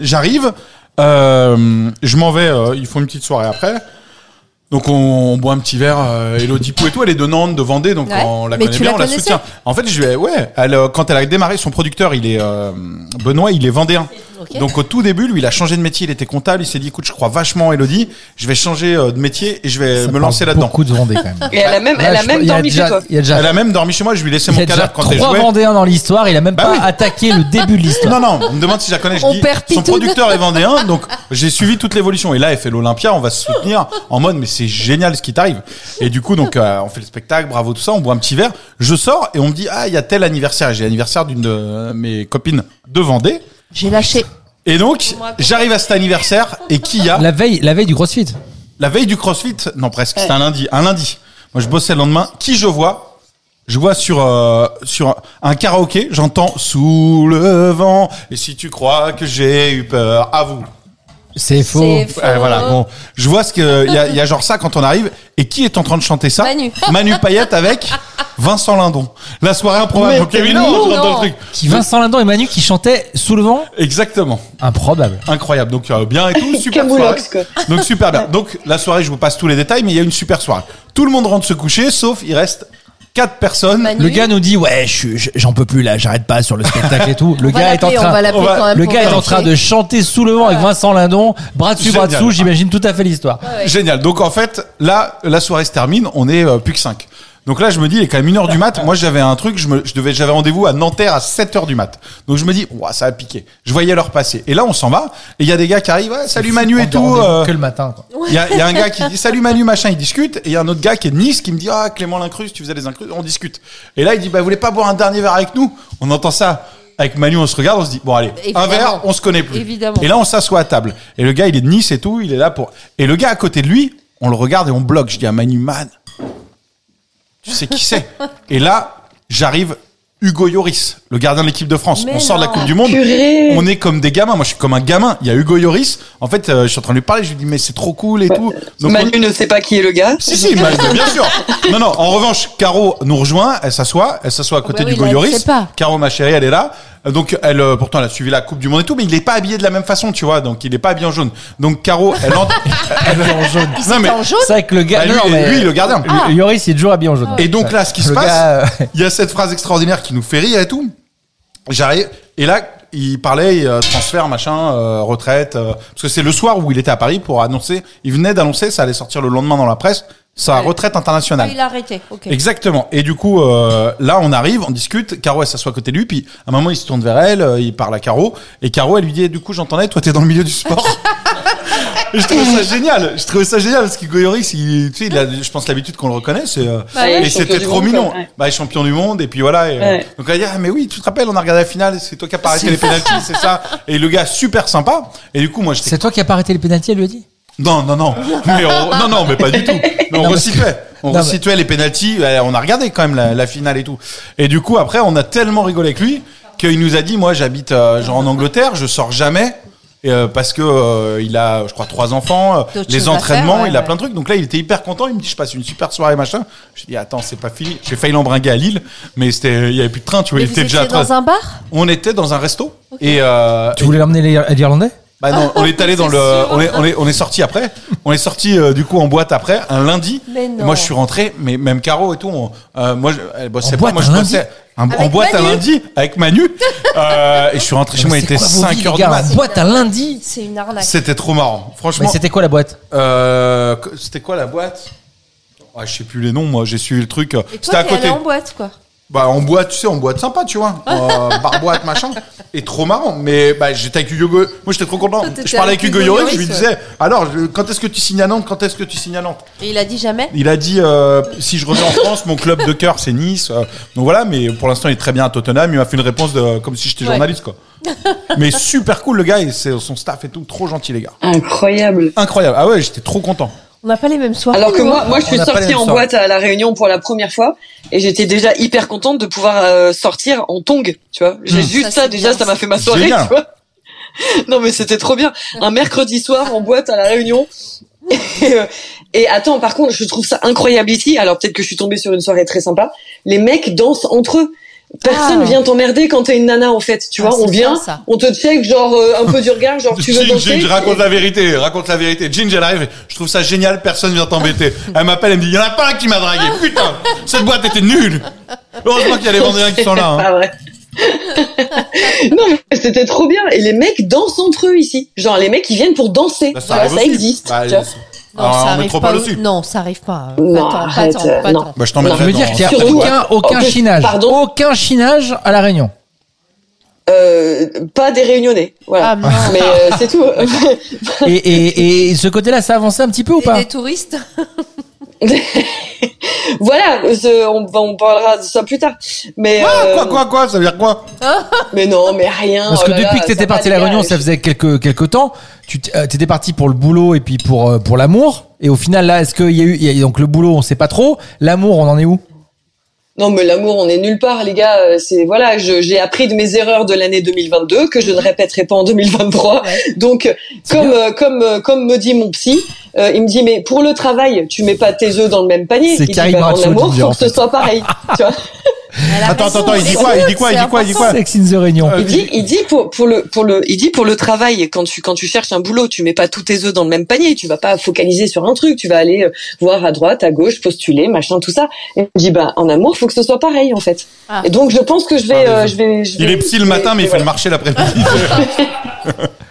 Speaker 3: J'arrive. euh, je m'en vais. euh, ils font une petite soirée après. Donc on, on boit un petit verre. Euh, Elodie Pou et tout, elle est de Nantes, de Vendée, donc
Speaker 4: Ouais.
Speaker 3: on la
Speaker 4: Mais
Speaker 3: connaît
Speaker 4: tu
Speaker 3: bien,
Speaker 4: la
Speaker 3: on la
Speaker 4: connaissais
Speaker 3: soutient. En fait, je vais, ouais. Elle, euh, quand elle a démarré, son producteur, il est euh, Benoît, il est vendéen.
Speaker 4: Ok.
Speaker 3: Donc au tout début, lui, il a changé de métier. Il était comptable. Il s'est dit, écoute, je crois vachement à Elodie. Je vais changer euh, de métier et je vais
Speaker 2: ça
Speaker 3: me lancer
Speaker 2: parle
Speaker 3: là-dedans.
Speaker 2: Beaucoup de Vendée quand même.
Speaker 5: Et elle a même,
Speaker 2: Là,
Speaker 5: elle a
Speaker 2: je-
Speaker 5: même
Speaker 2: Bah, il y a
Speaker 5: dormi chez
Speaker 2: déjà-
Speaker 5: toi.
Speaker 2: Il y a déjà,
Speaker 3: Elle a même dormi chez moi, je lui laissais
Speaker 2: il y a
Speaker 3: mon
Speaker 2: déjà
Speaker 3: cadavre quand elle
Speaker 2: trois
Speaker 3: jouait.
Speaker 2: Vendéens dans l'histoire. Il a même
Speaker 3: Bah
Speaker 2: pas
Speaker 3: oui.
Speaker 2: attaqué
Speaker 3: *laughs*
Speaker 2: le début de l'histoire.
Speaker 3: Non, non, on me demande si je la connais, je
Speaker 4: On
Speaker 3: dis,
Speaker 4: perd
Speaker 3: son
Speaker 4: Pitoune.
Speaker 3: producteur
Speaker 2: *laughs*
Speaker 3: est vendéen, donc j'ai suivi toute l'évolution. Et là, elle fait l'Olympia, on va se soutenir en mode, mais c'est génial ce qui t'arrive. Et du coup, donc, euh, on fait le spectacle, bravo, tout ça, on boit un petit verre. Je sors et on me dit, ah, il y a tel anniversaire. Et J'ai l'anniversaire d'une de mes copines de Vendée.
Speaker 4: J'ai lâché.
Speaker 3: Et donc, j'arrive à cet anniversaire et qui y a
Speaker 2: La veille, la veille du CrossFit.
Speaker 3: la veille du CrossFit, non presque, c'était un lundi, un lundi. Moi je bossais le lendemain, qui je vois Je vois sur euh, sur un karaoké, j'entends sous le vent et si tu crois que j'ai eu peur, avoue.
Speaker 2: C'est faux.
Speaker 4: C'est faux.
Speaker 3: Ouais, Ah, voilà, bon, je vois ce que il y a, il y a genre ça quand on arrive et qui est en train de chanter ça
Speaker 4: Manu.
Speaker 3: *laughs* Manu Payette avec Vincent Lindon. La soirée improbable.
Speaker 5: Mais
Speaker 3: Donc évidemment,
Speaker 4: non,
Speaker 3: je rentre dans le
Speaker 4: non.
Speaker 3: truc.
Speaker 2: Qui Vincent Lindon et Manu qui chantaient sous le vent.
Speaker 3: Exactement.
Speaker 2: Improbable.
Speaker 3: Incroyable. Donc euh, bien et
Speaker 5: *laughs*
Speaker 3: tout, super soirée.
Speaker 5: Camoulox, quoi.
Speaker 3: *laughs* Donc super bien. Donc la soirée, je vous passe tous les détails, mais il y a une super soirée. Tout le monde rentre se coucher, sauf il reste quatre personnes.
Speaker 4: Manu.
Speaker 2: Le gars nous dit ouais, je suis- je- j'en peux plus là, j'arrête pas sur le spectacle et tout. Le
Speaker 4: On va
Speaker 2: gars est en
Speaker 4: l'appeler, on va
Speaker 2: train.
Speaker 4: l'appeler
Speaker 3: on va-
Speaker 4: quand même
Speaker 2: Le
Speaker 4: pour
Speaker 2: gars est en
Speaker 4: vérifier.
Speaker 2: train de chanter sous le vent avec Vincent Lindon, bras dessus, bras
Speaker 3: Génial.
Speaker 2: dessous, j'imagine tout à fait l'histoire.
Speaker 4: Ouais.
Speaker 3: Génial. Donc en fait, là, la soirée se termine, on est euh, plus que 5. Donc là, je me dis, il est quand même une heure du mat. Moi, j'avais un truc, je, me, je devais, j'avais rendez-vous à Nanterre à 7 heures du mat. Donc je me dis, ouah, ça va piquer. Je voyais l'heure passer. Et là, on s'en va. Et il y a des gars qui arrivent, ouais, salut Manu
Speaker 2: Prendre
Speaker 3: et
Speaker 2: des
Speaker 3: tout.
Speaker 2: rendez-vous
Speaker 3: euh,
Speaker 2: Que le matin. quoi.
Speaker 3: Il y a, il y a un gars qui dit salut Manu machin, il discute, et il y a un autre gars qui est de Nice qui me dit ah Clément Lincrus, tu faisais des incrus, on discute. Et là il dit bah vous voulez pas boire un dernier verre avec nous On entend ça. Eh Avec Manu, on se regarde, on se dit, bon, allez, un
Speaker 4: Évidemment.
Speaker 3: verre, on se connaît plus.
Speaker 4: Évidemment.
Speaker 3: Et là, on s'assoit à table. Et le gars, il est de Nice et tout, il est là pour. Et le gars à côté de lui, on le regarde et on bloque. Je dis à Manu, man, tu sais qui c'est Et là, j'arrive. Hugo Yoris, le gardien de l'équipe de France.
Speaker 4: Mais
Speaker 3: on sort de la
Speaker 4: non.
Speaker 3: Coupe du Monde.
Speaker 5: Purée.
Speaker 3: On est comme des gamins. Moi, je suis comme un gamin. Il y a Hugo Yoris. En fait, euh, je suis en train de lui parler. Je lui dis, mais c'est trop cool et
Speaker 4: Bah,
Speaker 3: tout. Donc, on-
Speaker 5: Manu ne sait pas qui est le gars.
Speaker 3: si, si, mal- bien sûr. Non, non, en revanche, Caro nous rejoint, elle s'assoit, elle s'assoit à côté
Speaker 4: Bah
Speaker 3: du
Speaker 4: oui, là, elle
Speaker 3: Goyoris.
Speaker 4: sait pas.
Speaker 3: Caro, ma chérie, elle est là. Euh, Donc, elle, euh, pourtant, elle a suivi la Coupe du Monde et tout, mais il n'est pas habillé de la même façon, tu vois. Donc, il n'est pas habillé en jaune. Donc, Caro, elle
Speaker 4: *laughs*
Speaker 3: entre. elle est en jaune. Non, mais.
Speaker 4: En jaune
Speaker 2: C'est vrai que le gars.
Speaker 3: bah, lui,
Speaker 2: non, non, mais-
Speaker 3: lui, le gardien.
Speaker 2: Ah. Yoris, il est toujours habillé en jaune.
Speaker 3: Et donc, là, ce qui se
Speaker 2: Le
Speaker 3: passe,
Speaker 2: gars, euh,
Speaker 3: il y a cette phrase extraordinaire qui nous fait rire et tout. J'arrive et là il parlait euh, transfert machin euh, retraite euh, parce que c'est le soir où il était à Paris pour annoncer, il venait d'annoncer ça allait sortir le lendemain dans la presse sa retraite internationale.
Speaker 4: Il a arrêté. Ok.
Speaker 3: Exactement. Et du coup, euh, là, on arrive, on discute. Caro, elle s'assoit à côté de lui, puis à un moment, il se tourne vers elle, euh, il parle à Caro, et Caro, elle lui dit, Eh, du coup, j'entendais, toi, t'es dans le milieu du sport. *laughs* Et je trouve
Speaker 5: *laughs*
Speaker 3: ça génial. Je trouve ça génial parce que Goyoris, il, tu sais, il a, je pense, l'habitude qu'on le reconnaisse. Et, euh,
Speaker 5: Bah ouais,
Speaker 3: et
Speaker 5: champion
Speaker 3: c'était
Speaker 5: du
Speaker 3: trop
Speaker 5: monde,
Speaker 3: mignon.
Speaker 5: quoi, ouais.
Speaker 3: Bah, champion du monde, et puis voilà. Et, euh,
Speaker 5: Ouais.
Speaker 3: donc elle dit, ah, mais oui, tu te rappelles, on a regardé la finale, c'est toi qui as pas arrêté les pénaltys, c'est ça. Et le gars, super sympa. Et du coup, moi, j'étais
Speaker 2: C'est toi qui as pas arrêté les pénalties, elle lui a dit
Speaker 3: non, non, non. Mais on- non, non, mais pas
Speaker 4: *laughs*
Speaker 3: du tout. Mais on
Speaker 2: Non, parce
Speaker 3: resituait. On
Speaker 2: non,
Speaker 3: resituait les pénalties. On a regardé quand même la, la finale et tout. Et du coup, après, on a tellement rigolé avec lui qu'il nous a dit, moi, j'habite euh, genre en Angleterre, je sors jamais. Et, euh, parce que euh, il a, je crois, trois enfants, euh,
Speaker 4: D'autres
Speaker 3: les
Speaker 4: choses à
Speaker 3: entraînements,
Speaker 4: faire, ouais,
Speaker 3: il a
Speaker 4: ouais.
Speaker 3: plein de trucs. Donc là, il était hyper content. Il me dit, je passe une super soirée, machin. Je dis, attends, c'est pas fini. J'ai failli l'embringuer à Lille, mais c'était, il y avait plus de train, tu vois.
Speaker 4: Mais
Speaker 3: il
Speaker 4: vous
Speaker 3: était déjà à
Speaker 4: étiez dans
Speaker 3: trois.
Speaker 4: un bar
Speaker 3: On était dans un resto et, euh,
Speaker 2: Tu voulais l'emmener à l'Irlandais
Speaker 3: bah non, on est allé dans
Speaker 4: C'est
Speaker 3: le,
Speaker 4: sûr.
Speaker 3: on est, on est, on est sorti après. On est sorti euh, du coup en boîte après, un lundi.
Speaker 4: Mais non.
Speaker 3: Et Moi je suis rentré, mais même Caro et tout. on- euh, moi, je, elle bossait
Speaker 2: En
Speaker 3: pas.
Speaker 2: boîte
Speaker 3: Moi
Speaker 2: un
Speaker 3: je
Speaker 2: lundi
Speaker 3: bossais un- en
Speaker 4: Avec
Speaker 3: boîte un
Speaker 4: Manu.
Speaker 3: lundi avec Manu. Euh, et je suis rentré chez moi. Il était 5 heures du mat.
Speaker 2: La boîte à lundi
Speaker 4: C'est une arnaque.
Speaker 3: C'était trop marrant.
Speaker 2: Mais
Speaker 3: Franchement,
Speaker 2: c'était quoi la boîte
Speaker 3: euh, que- c'était quoi la boîte Ah, Je sais plus les noms. Moi j'ai suivi le truc.
Speaker 4: Et
Speaker 3: C'était
Speaker 4: toi,
Speaker 3: à
Speaker 4: t'es allé
Speaker 3: côté.
Speaker 4: en boîte, quoi.
Speaker 3: Bah en boîte, tu sais, en boîte sympa, tu vois,
Speaker 4: *laughs*
Speaker 3: euh, bar boîte machin, et trop marrant. Mais bah j'étais avec Hugo, moi j'étais trop content.
Speaker 4: Toi, t'étais
Speaker 3: Je parlais avec Hugo Yoris, je lui
Speaker 4: ouais.
Speaker 3: disais, alors je- quand est-ce que tu signes à Nantes, quand est-ce que tu signes à Nantes
Speaker 4: Et il a dit jamais.
Speaker 3: Il a dit, euh, si je reviens en France, mon club de cœur c'est Nice. euh, donc voilà, mais pour l'instant il est très bien à Tottenham. Il m'a fait une réponse de, comme si j'étais
Speaker 4: Ouais.
Speaker 3: journaliste
Speaker 4: *laughs*
Speaker 3: quoi. mais super cool le gars et c'est- son staff et tout, trop gentil les gars.
Speaker 5: Incroyable.
Speaker 3: Incroyable. Ah ouais, j'étais trop content.
Speaker 4: On n'a pas les mêmes soirées.
Speaker 5: Alors que
Speaker 4: nous,
Speaker 5: moi,
Speaker 4: hein.
Speaker 5: moi, je suis
Speaker 3: n'a pas les
Speaker 5: sortie
Speaker 3: mêmes
Speaker 5: en
Speaker 3: sorts.
Speaker 5: boîte à la Réunion pour la première fois et j'étais déjà hyper contente de pouvoir euh, sortir en tongue, tu vois.
Speaker 3: Mmh.
Speaker 5: J'ai juste
Speaker 4: Ça,
Speaker 5: ça,
Speaker 4: c'est
Speaker 5: déjà,
Speaker 4: bien,
Speaker 5: ça m'a fait ma
Speaker 3: c'est
Speaker 5: soirée,
Speaker 3: génial.
Speaker 5: tu vois. *laughs* Non mais c'était trop bien. Un mercredi soir en boîte à la Réunion. *laughs* Et, euh, et attends, par contre, je trouve ça incroyable ici. Alors peut-être que je suis tombée sur une soirée très sympa. Les mecs dansent entre eux. Personne
Speaker 4: Ah.
Speaker 5: vient t'emmerder quand t'es une nana en fait, tu
Speaker 4: Ah,
Speaker 5: vois. on
Speaker 4: c'est
Speaker 5: vient,
Speaker 4: bien, ça.
Speaker 5: on te check genre euh, un peu du regard, genre
Speaker 3: *laughs*
Speaker 5: tu veux
Speaker 3: Ginge,
Speaker 5: danser.
Speaker 3: Ginge, raconte la vérité, raconte la vérité. Ginge, elle arrive, je trouve ça génial, personne vient t'embêter. Elle m'appelle, elle me dit, il y en a pas un qui m'a dragué,
Speaker 5: Ah.
Speaker 3: putain, cette boîte était nulle. Heureusement qu'il y a les Vendéens qui sont
Speaker 5: *laughs*
Speaker 3: là. hein.
Speaker 5: Ah ouais. non, mais c'était trop bien. Et les mecs dansent entre eux ici. Genre, les mecs, ils viennent pour danser.
Speaker 3: Bah, ça
Speaker 5: Voilà,
Speaker 3: arrive
Speaker 5: ça
Speaker 3: aussi.
Speaker 5: existe.
Speaker 3: Bah,
Speaker 5: tu vois.
Speaker 4: hein. Non,
Speaker 3: Alors,
Speaker 4: ça
Speaker 3: en
Speaker 4: arrive
Speaker 3: métropole
Speaker 4: pas.
Speaker 3: aussi.
Speaker 4: Non, ça arrive pas.
Speaker 5: Non,
Speaker 4: pas tant, pas
Speaker 5: arrête,
Speaker 4: tant, pas
Speaker 5: euh,
Speaker 4: tant.
Speaker 5: non.
Speaker 3: Bah, je t'emmènerai
Speaker 2: Je veux dire
Speaker 3: dans-
Speaker 2: qu'il n'y a
Speaker 5: Surtout,
Speaker 2: aucun,
Speaker 5: ouais.
Speaker 2: aucun
Speaker 5: Oh,
Speaker 2: chinage.
Speaker 5: pardon.
Speaker 2: Aucun chinage à La
Speaker 5: *laughs*
Speaker 2: Réunion.
Speaker 5: Euh, pas des réunionnais. Voilà.
Speaker 4: Ah, non.
Speaker 5: mais euh, c'est tout. *laughs*
Speaker 2: Et, et, et ce côté-là, ça avançait un petit peu ou
Speaker 4: Et
Speaker 2: pas
Speaker 4: des touristes
Speaker 5: voilà, ce- on, on parlera de ça plus tard. Mais,
Speaker 3: Ah,
Speaker 5: euh,
Speaker 3: quoi, quoi, quoi, ça veut dire quoi
Speaker 5: mais non, mais rien.
Speaker 2: Parce
Speaker 5: oh
Speaker 2: que
Speaker 5: là
Speaker 2: depuis
Speaker 5: là,
Speaker 2: que t'étais
Speaker 5: ça
Speaker 2: parti à
Speaker 5: va, hein.
Speaker 2: La
Speaker 5: les
Speaker 2: Réunion,
Speaker 5: gars.
Speaker 2: ça faisait quelques, quelques temps. Tu t- euh, t'étais parti pour le boulot et puis pour, euh, pour l'amour. Et au final, là, est-ce qu'il y a eu, il y a- donc le boulot, on sait pas trop. L'amour, on en est où?
Speaker 5: Non, mais l'amour, on est nulle part, les gars. Euh, C'est voilà, je- j'ai appris de mes erreurs de l'année 2022 que je ne répéterai pas en 2023.
Speaker 4: Ouais.
Speaker 5: Donc, euh,
Speaker 2: Mhm. C'est
Speaker 5: comme euh, comme euh, comme me dit mon psy, euh, il me dit mais pour le travail, tu mets pas tes œufs dans le même panier.
Speaker 2: C'est
Speaker 5: Il dit,
Speaker 2: Karine
Speaker 5: bah, en
Speaker 2: Bradshaw
Speaker 5: amour,
Speaker 2: qui dit,
Speaker 5: faut
Speaker 2: en
Speaker 5: que ce
Speaker 2: fait. *laughs*
Speaker 5: soit pareil. tu vois
Speaker 4: Elle a
Speaker 3: Attends,
Speaker 4: raison,
Speaker 3: attends, attends, il dit
Speaker 4: les
Speaker 3: quoi, il
Speaker 4: écoutes,
Speaker 3: dit quoi, il
Speaker 4: c'est
Speaker 3: dit quoi, il dit quoi
Speaker 4: important.
Speaker 2: Sex in the Réunion.
Speaker 3: Euh,
Speaker 5: il dit il dit pour pour le pour le il dit pour le travail quand tu quand tu cherches un boulot, tu mets pas tous tes œufs dans le même panier. Tu vas pas focaliser sur un truc. Tu vas aller euh, voir à droite, à gauche, postuler, machin, tout ça. Et il dit bah en amour, faut que ce soit pareil en fait.
Speaker 4: Ah.
Speaker 5: Et donc je pense que je vais euh, je vais je
Speaker 3: Ah, Il
Speaker 5: vais-
Speaker 3: est psy
Speaker 5: je
Speaker 3: le
Speaker 5: vais-
Speaker 3: matin, mais il
Speaker 5: je
Speaker 3: fait
Speaker 5: vais-
Speaker 3: le marché l'après-midi.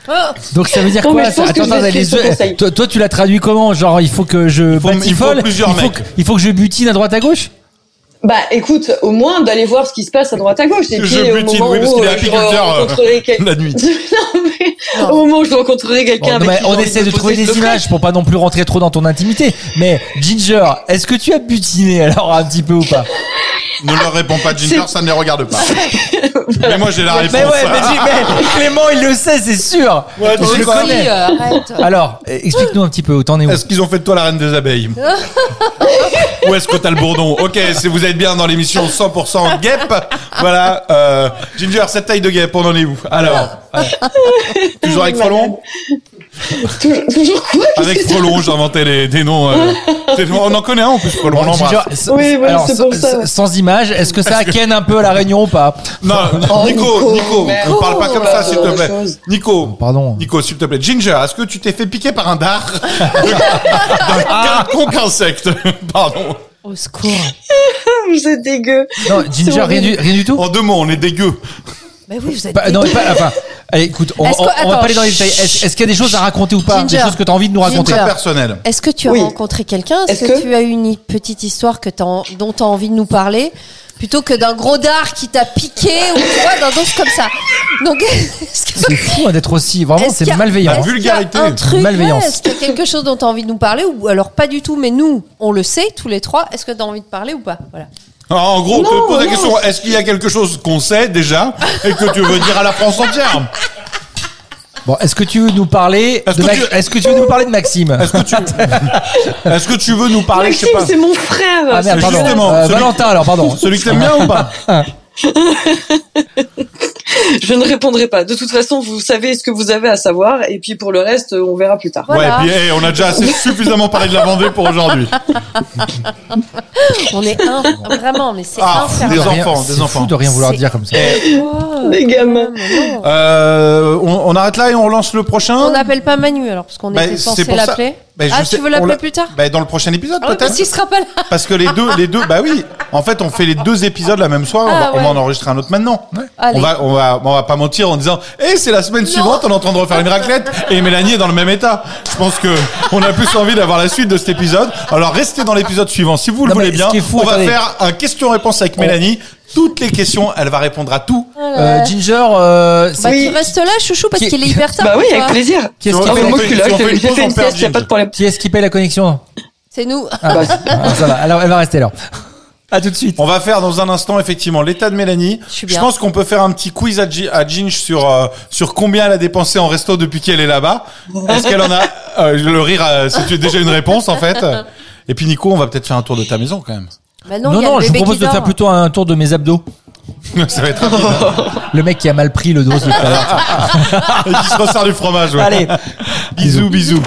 Speaker 4: Oh,
Speaker 2: Donc ça veut dire
Speaker 5: Non,
Speaker 2: quoi
Speaker 5: mais je pense
Speaker 2: ça
Speaker 5: que je vais
Speaker 2: les
Speaker 5: suivre ce
Speaker 2: œufs-
Speaker 5: conseil.
Speaker 2: toi, toi, tu l'as traduit comment Genre, il faut que je
Speaker 3: faut- il faut
Speaker 2: batifole,
Speaker 3: plusieurs
Speaker 2: il faut
Speaker 3: mecs.
Speaker 2: que- il faut que je butine à droite à gauche
Speaker 5: Bah écoute, au moins d'aller voir ce qui se passe à droite à gauche. Et
Speaker 3: Je
Speaker 5: puis au
Speaker 3: butine,
Speaker 5: moment
Speaker 3: oui, parce
Speaker 5: où,
Speaker 3: qu'il est
Speaker 5: euh, je
Speaker 3: apiculteur, euh.
Speaker 5: rencontrerai
Speaker 3: *laughs*
Speaker 5: quel-
Speaker 3: La nuit.
Speaker 5: *laughs* non, mais
Speaker 4: Non.
Speaker 5: au moment où je rencontrerai
Speaker 2: Bon, Oh,
Speaker 5: quelqu'un
Speaker 2: non,
Speaker 5: avec
Speaker 2: mais
Speaker 5: qui j'ai
Speaker 2: On
Speaker 5: envie
Speaker 2: essaie de
Speaker 5: poser
Speaker 2: trouver
Speaker 5: ce
Speaker 2: des
Speaker 5: secret.
Speaker 2: images pour pas non plus rentrer trop dans ton intimité. Mais Ginger, est-ce que tu as butiné alors un petit peu ou pas
Speaker 3: *laughs* Ne leur réponds pas, Ginger,
Speaker 5: C'est-
Speaker 3: ça ne les regarde
Speaker 5: *laughs*
Speaker 3: pas. Mais moi, j'ai la réponse.
Speaker 2: Mais ouais, mais, j'ai- mais
Speaker 3: *laughs*
Speaker 2: Clément, il le sait, c'est sûr.
Speaker 3: Ouais, attends,
Speaker 2: je le
Speaker 3: c'est quoi
Speaker 5: euh.
Speaker 2: connais.
Speaker 4: arrête.
Speaker 2: Alors, euh, explique-nous un petit peu où t'en es où.
Speaker 3: Est-ce qu'ils ont fait de toi la reine des abeilles Ou est-ce que t'as le bourdon Ok, si vous êtes bien dans l'émission 100% guêpe, voilà. euh, Ginger, cette taille de guêpe, on en est où Alors, euh, toujours avec Frelon
Speaker 5: Toujours, toujours quoi Qu'est-ce
Speaker 3: Avec
Speaker 5: que c'est
Speaker 3: Frelon, j'inventais les- des noms. euh, des noms. On en connaît un en plus, Frelon, on l'embrasse.
Speaker 2: Ginger, s-
Speaker 5: Oui, voilà,
Speaker 2: alors,
Speaker 5: c'est pour
Speaker 2: s-
Speaker 5: ça.
Speaker 2: s- Sans image, est-ce que ça ken un peu à la Réunion ou pas
Speaker 3: Non, non,
Speaker 5: Oh,
Speaker 3: Nico,
Speaker 5: Nico,
Speaker 3: Nico, on
Speaker 5: merde.
Speaker 3: parle pas comme ça, s'il te plaît.
Speaker 5: Chose.
Speaker 3: Nico,
Speaker 2: Pardon.
Speaker 3: Nico, s'il te plaît. Ginger, est-ce que tu t'es fait piquer par un dard d'un quelconque insecte Pardon.
Speaker 7: Au secours.
Speaker 5: *laughs* Vous êtes dégueu.
Speaker 2: Non, Ginger, rien du, rien du tout
Speaker 3: En deux mots, on est dégueu.
Speaker 4: *laughs* Mais oui, vous êtes.
Speaker 2: Pas- Bah, Non, mais pas, enfin, allez, écoute, on,
Speaker 4: Est-ce
Speaker 2: on-
Speaker 4: que-
Speaker 2: on va
Speaker 4: attends,
Speaker 2: pas aller dans les détails. Est-ce est-ce qu'il y a des choses à raconter ou pas Des
Speaker 4: Ginger.
Speaker 2: choses que t'as envie de nous raconter
Speaker 3: Très
Speaker 4: Ginger.
Speaker 3: personnel.
Speaker 4: Est-ce que tu as
Speaker 5: Oui.
Speaker 4: rencontré quelqu'un Est-ce
Speaker 5: Est-ce
Speaker 4: que,
Speaker 5: que-
Speaker 4: tu as une petite histoire que t'as- dont tu as envie de nous parler plutôt que d'un gros dard qui t'a piqué ou tu vois, d'un dos comme ça Donc, *laughs* est-ce que-
Speaker 2: C'est fou hein, d'être aussi. Vraiment,
Speaker 4: Est-ce
Speaker 2: c'est
Speaker 4: qu'il y a-
Speaker 2: malveillant.
Speaker 3: est-ce-
Speaker 4: Est-ce qu'il y a
Speaker 3: vulgarité,
Speaker 4: un truc, ouais,
Speaker 2: malveillance.
Speaker 4: Est-ce qu'il y a quelque chose dont tu as envie de nous parler ou alors pas du tout mais nous on le sait tous les trois est-ce que tu as envie de parler ou pas voilà.
Speaker 3: Alors, Ah, en gros,
Speaker 5: Non,
Speaker 3: te pose la
Speaker 5: non.
Speaker 3: question est-ce qu'il y a quelque chose qu'on sait déjà et que tu veux dire à la France entière
Speaker 2: Bon, est-ce que tu veux nous parler
Speaker 3: Est-ce
Speaker 2: de
Speaker 3: que
Speaker 2: Max-
Speaker 3: tu-
Speaker 2: Est-ce que tu veux nous parler de Maxime
Speaker 3: Est-ce que tu est-ce que tu veux nous parler
Speaker 5: Maxime,
Speaker 3: Je sais
Speaker 5: c'est mon frère.
Speaker 2: Ah merde,
Speaker 3: c'est
Speaker 2: pardon.
Speaker 3: justement
Speaker 2: Euh,
Speaker 3: celui-
Speaker 2: Valentin, alors pardon.
Speaker 3: pas celui que t'aimes bien ou pas
Speaker 5: Je ne répondrai pas. De toute façon, vous savez ce que vous avez à savoir. Et puis pour le reste, on verra plus tard.
Speaker 4: Voilà.
Speaker 3: Ouais, puis hey, on a déjà
Speaker 4: *laughs*
Speaker 3: assez suffisamment parlé de la Vendée pour aujourd'hui.
Speaker 4: On est un vraiment mais c'est
Speaker 3: Ah,
Speaker 4: infernal.
Speaker 3: des
Speaker 2: De rien-
Speaker 3: enfants, des
Speaker 2: c'est fou
Speaker 3: enfants.
Speaker 2: de rien vouloir
Speaker 4: C'est-
Speaker 2: dire comme ça.
Speaker 4: Oh,
Speaker 5: Des gamins.
Speaker 4: non, mais non.
Speaker 3: Euh, on, on arrête là et on relance le prochain.
Speaker 4: On n'appelle pas Manu alors parce qu'on
Speaker 3: Ah. Bah,
Speaker 4: était
Speaker 3: c'est
Speaker 4: censé
Speaker 3: pour ça-
Speaker 4: l'appeler.
Speaker 3: Bah, je
Speaker 4: ah
Speaker 3: sais-
Speaker 4: tu veux
Speaker 3: on
Speaker 4: l'appeler
Speaker 3: l'a-
Speaker 4: plus tard
Speaker 3: Bah, dans le prochain épisode
Speaker 4: Ah oui,
Speaker 3: peut-être.
Speaker 4: parce qu'il sera pas là.
Speaker 3: Parce que les deux, les deux, bah oui. En fait, on fait les deux épisodes la même soirée. on, va,
Speaker 4: Ah,
Speaker 3: on va
Speaker 4: ouais.
Speaker 3: en enregistrer un autre maintenant.
Speaker 4: Allez.
Speaker 3: On va, on va, on va pas mentir en disant, eh, c'est la semaine suivante, on est en train de refaire une raclette et Mélanie est dans le même état. Je pense que on a plus envie d'avoir la suite de cet épisode. Alors restez dans l'épisode suivant si vous le
Speaker 2: Non,
Speaker 3: voulez
Speaker 2: mais ce
Speaker 3: bien.
Speaker 2: qui est fou,
Speaker 3: on va
Speaker 2: attendez.
Speaker 3: faire un question-réponse avec Mélanie. Toutes les questions, elle va répondre à tout.
Speaker 2: Euh, Ginger, euh,
Speaker 4: Bah,
Speaker 2: c'est
Speaker 5: Oui.
Speaker 4: tu restes là, chouchou, parce
Speaker 2: Qui-
Speaker 4: qu'il est hyper tard.
Speaker 5: Bah oui,
Speaker 4: tu
Speaker 5: avec
Speaker 4: vois.
Speaker 5: plaisir.
Speaker 2: qui est-ce
Speaker 3: Si
Speaker 2: qui
Speaker 5: Ah,
Speaker 3: on
Speaker 5: mais
Speaker 2: paye
Speaker 5: moi,
Speaker 2: la-
Speaker 3: fait-
Speaker 5: je suis
Speaker 3: si
Speaker 5: là.
Speaker 3: on
Speaker 5: Je
Speaker 3: fait
Speaker 5: fais-
Speaker 3: une
Speaker 5: je
Speaker 3: pause,
Speaker 5: fais
Speaker 3: on
Speaker 5: une
Speaker 3: perd
Speaker 5: sieste. Il n'y a
Speaker 3: Ginger.
Speaker 5: pas de problème.
Speaker 2: Qui est-ce qui paye la connexion
Speaker 4: *laughs* C'est nous.
Speaker 5: Bah,
Speaker 2: Ah, Ça va. Alors, elle va rester alors. À tout de suite.
Speaker 3: On va faire dans un instant effectivement l'état de Mélanie.
Speaker 4: Je suis
Speaker 3: Je
Speaker 4: bien.
Speaker 3: pense qu'on peut faire un petit quiz à, Gi- à Ginge sur euh, sur combien elle a dépensé en resto depuis qu'elle est là-bas. Est-ce qu'elle
Speaker 4: *laughs*
Speaker 3: en a euh, Le rire, euh, c'est déjà une réponse en fait. Et puis Nico, on va peut-être faire un tour de ta maison quand même. *laughs*
Speaker 4: Bah non,
Speaker 2: Non,
Speaker 4: il y a
Speaker 2: non,
Speaker 4: le
Speaker 2: je vous
Speaker 4: bébé
Speaker 2: propose
Speaker 4: qui
Speaker 2: de
Speaker 4: dort.
Speaker 2: faire plutôt un tour de mes abdos.
Speaker 3: Ça va être rapide.
Speaker 2: Le mec qui a mal pris le dos.
Speaker 3: Il se ressort du fromage. ouais.
Speaker 2: *laughs* Allez.
Speaker 3: bisous, bisous.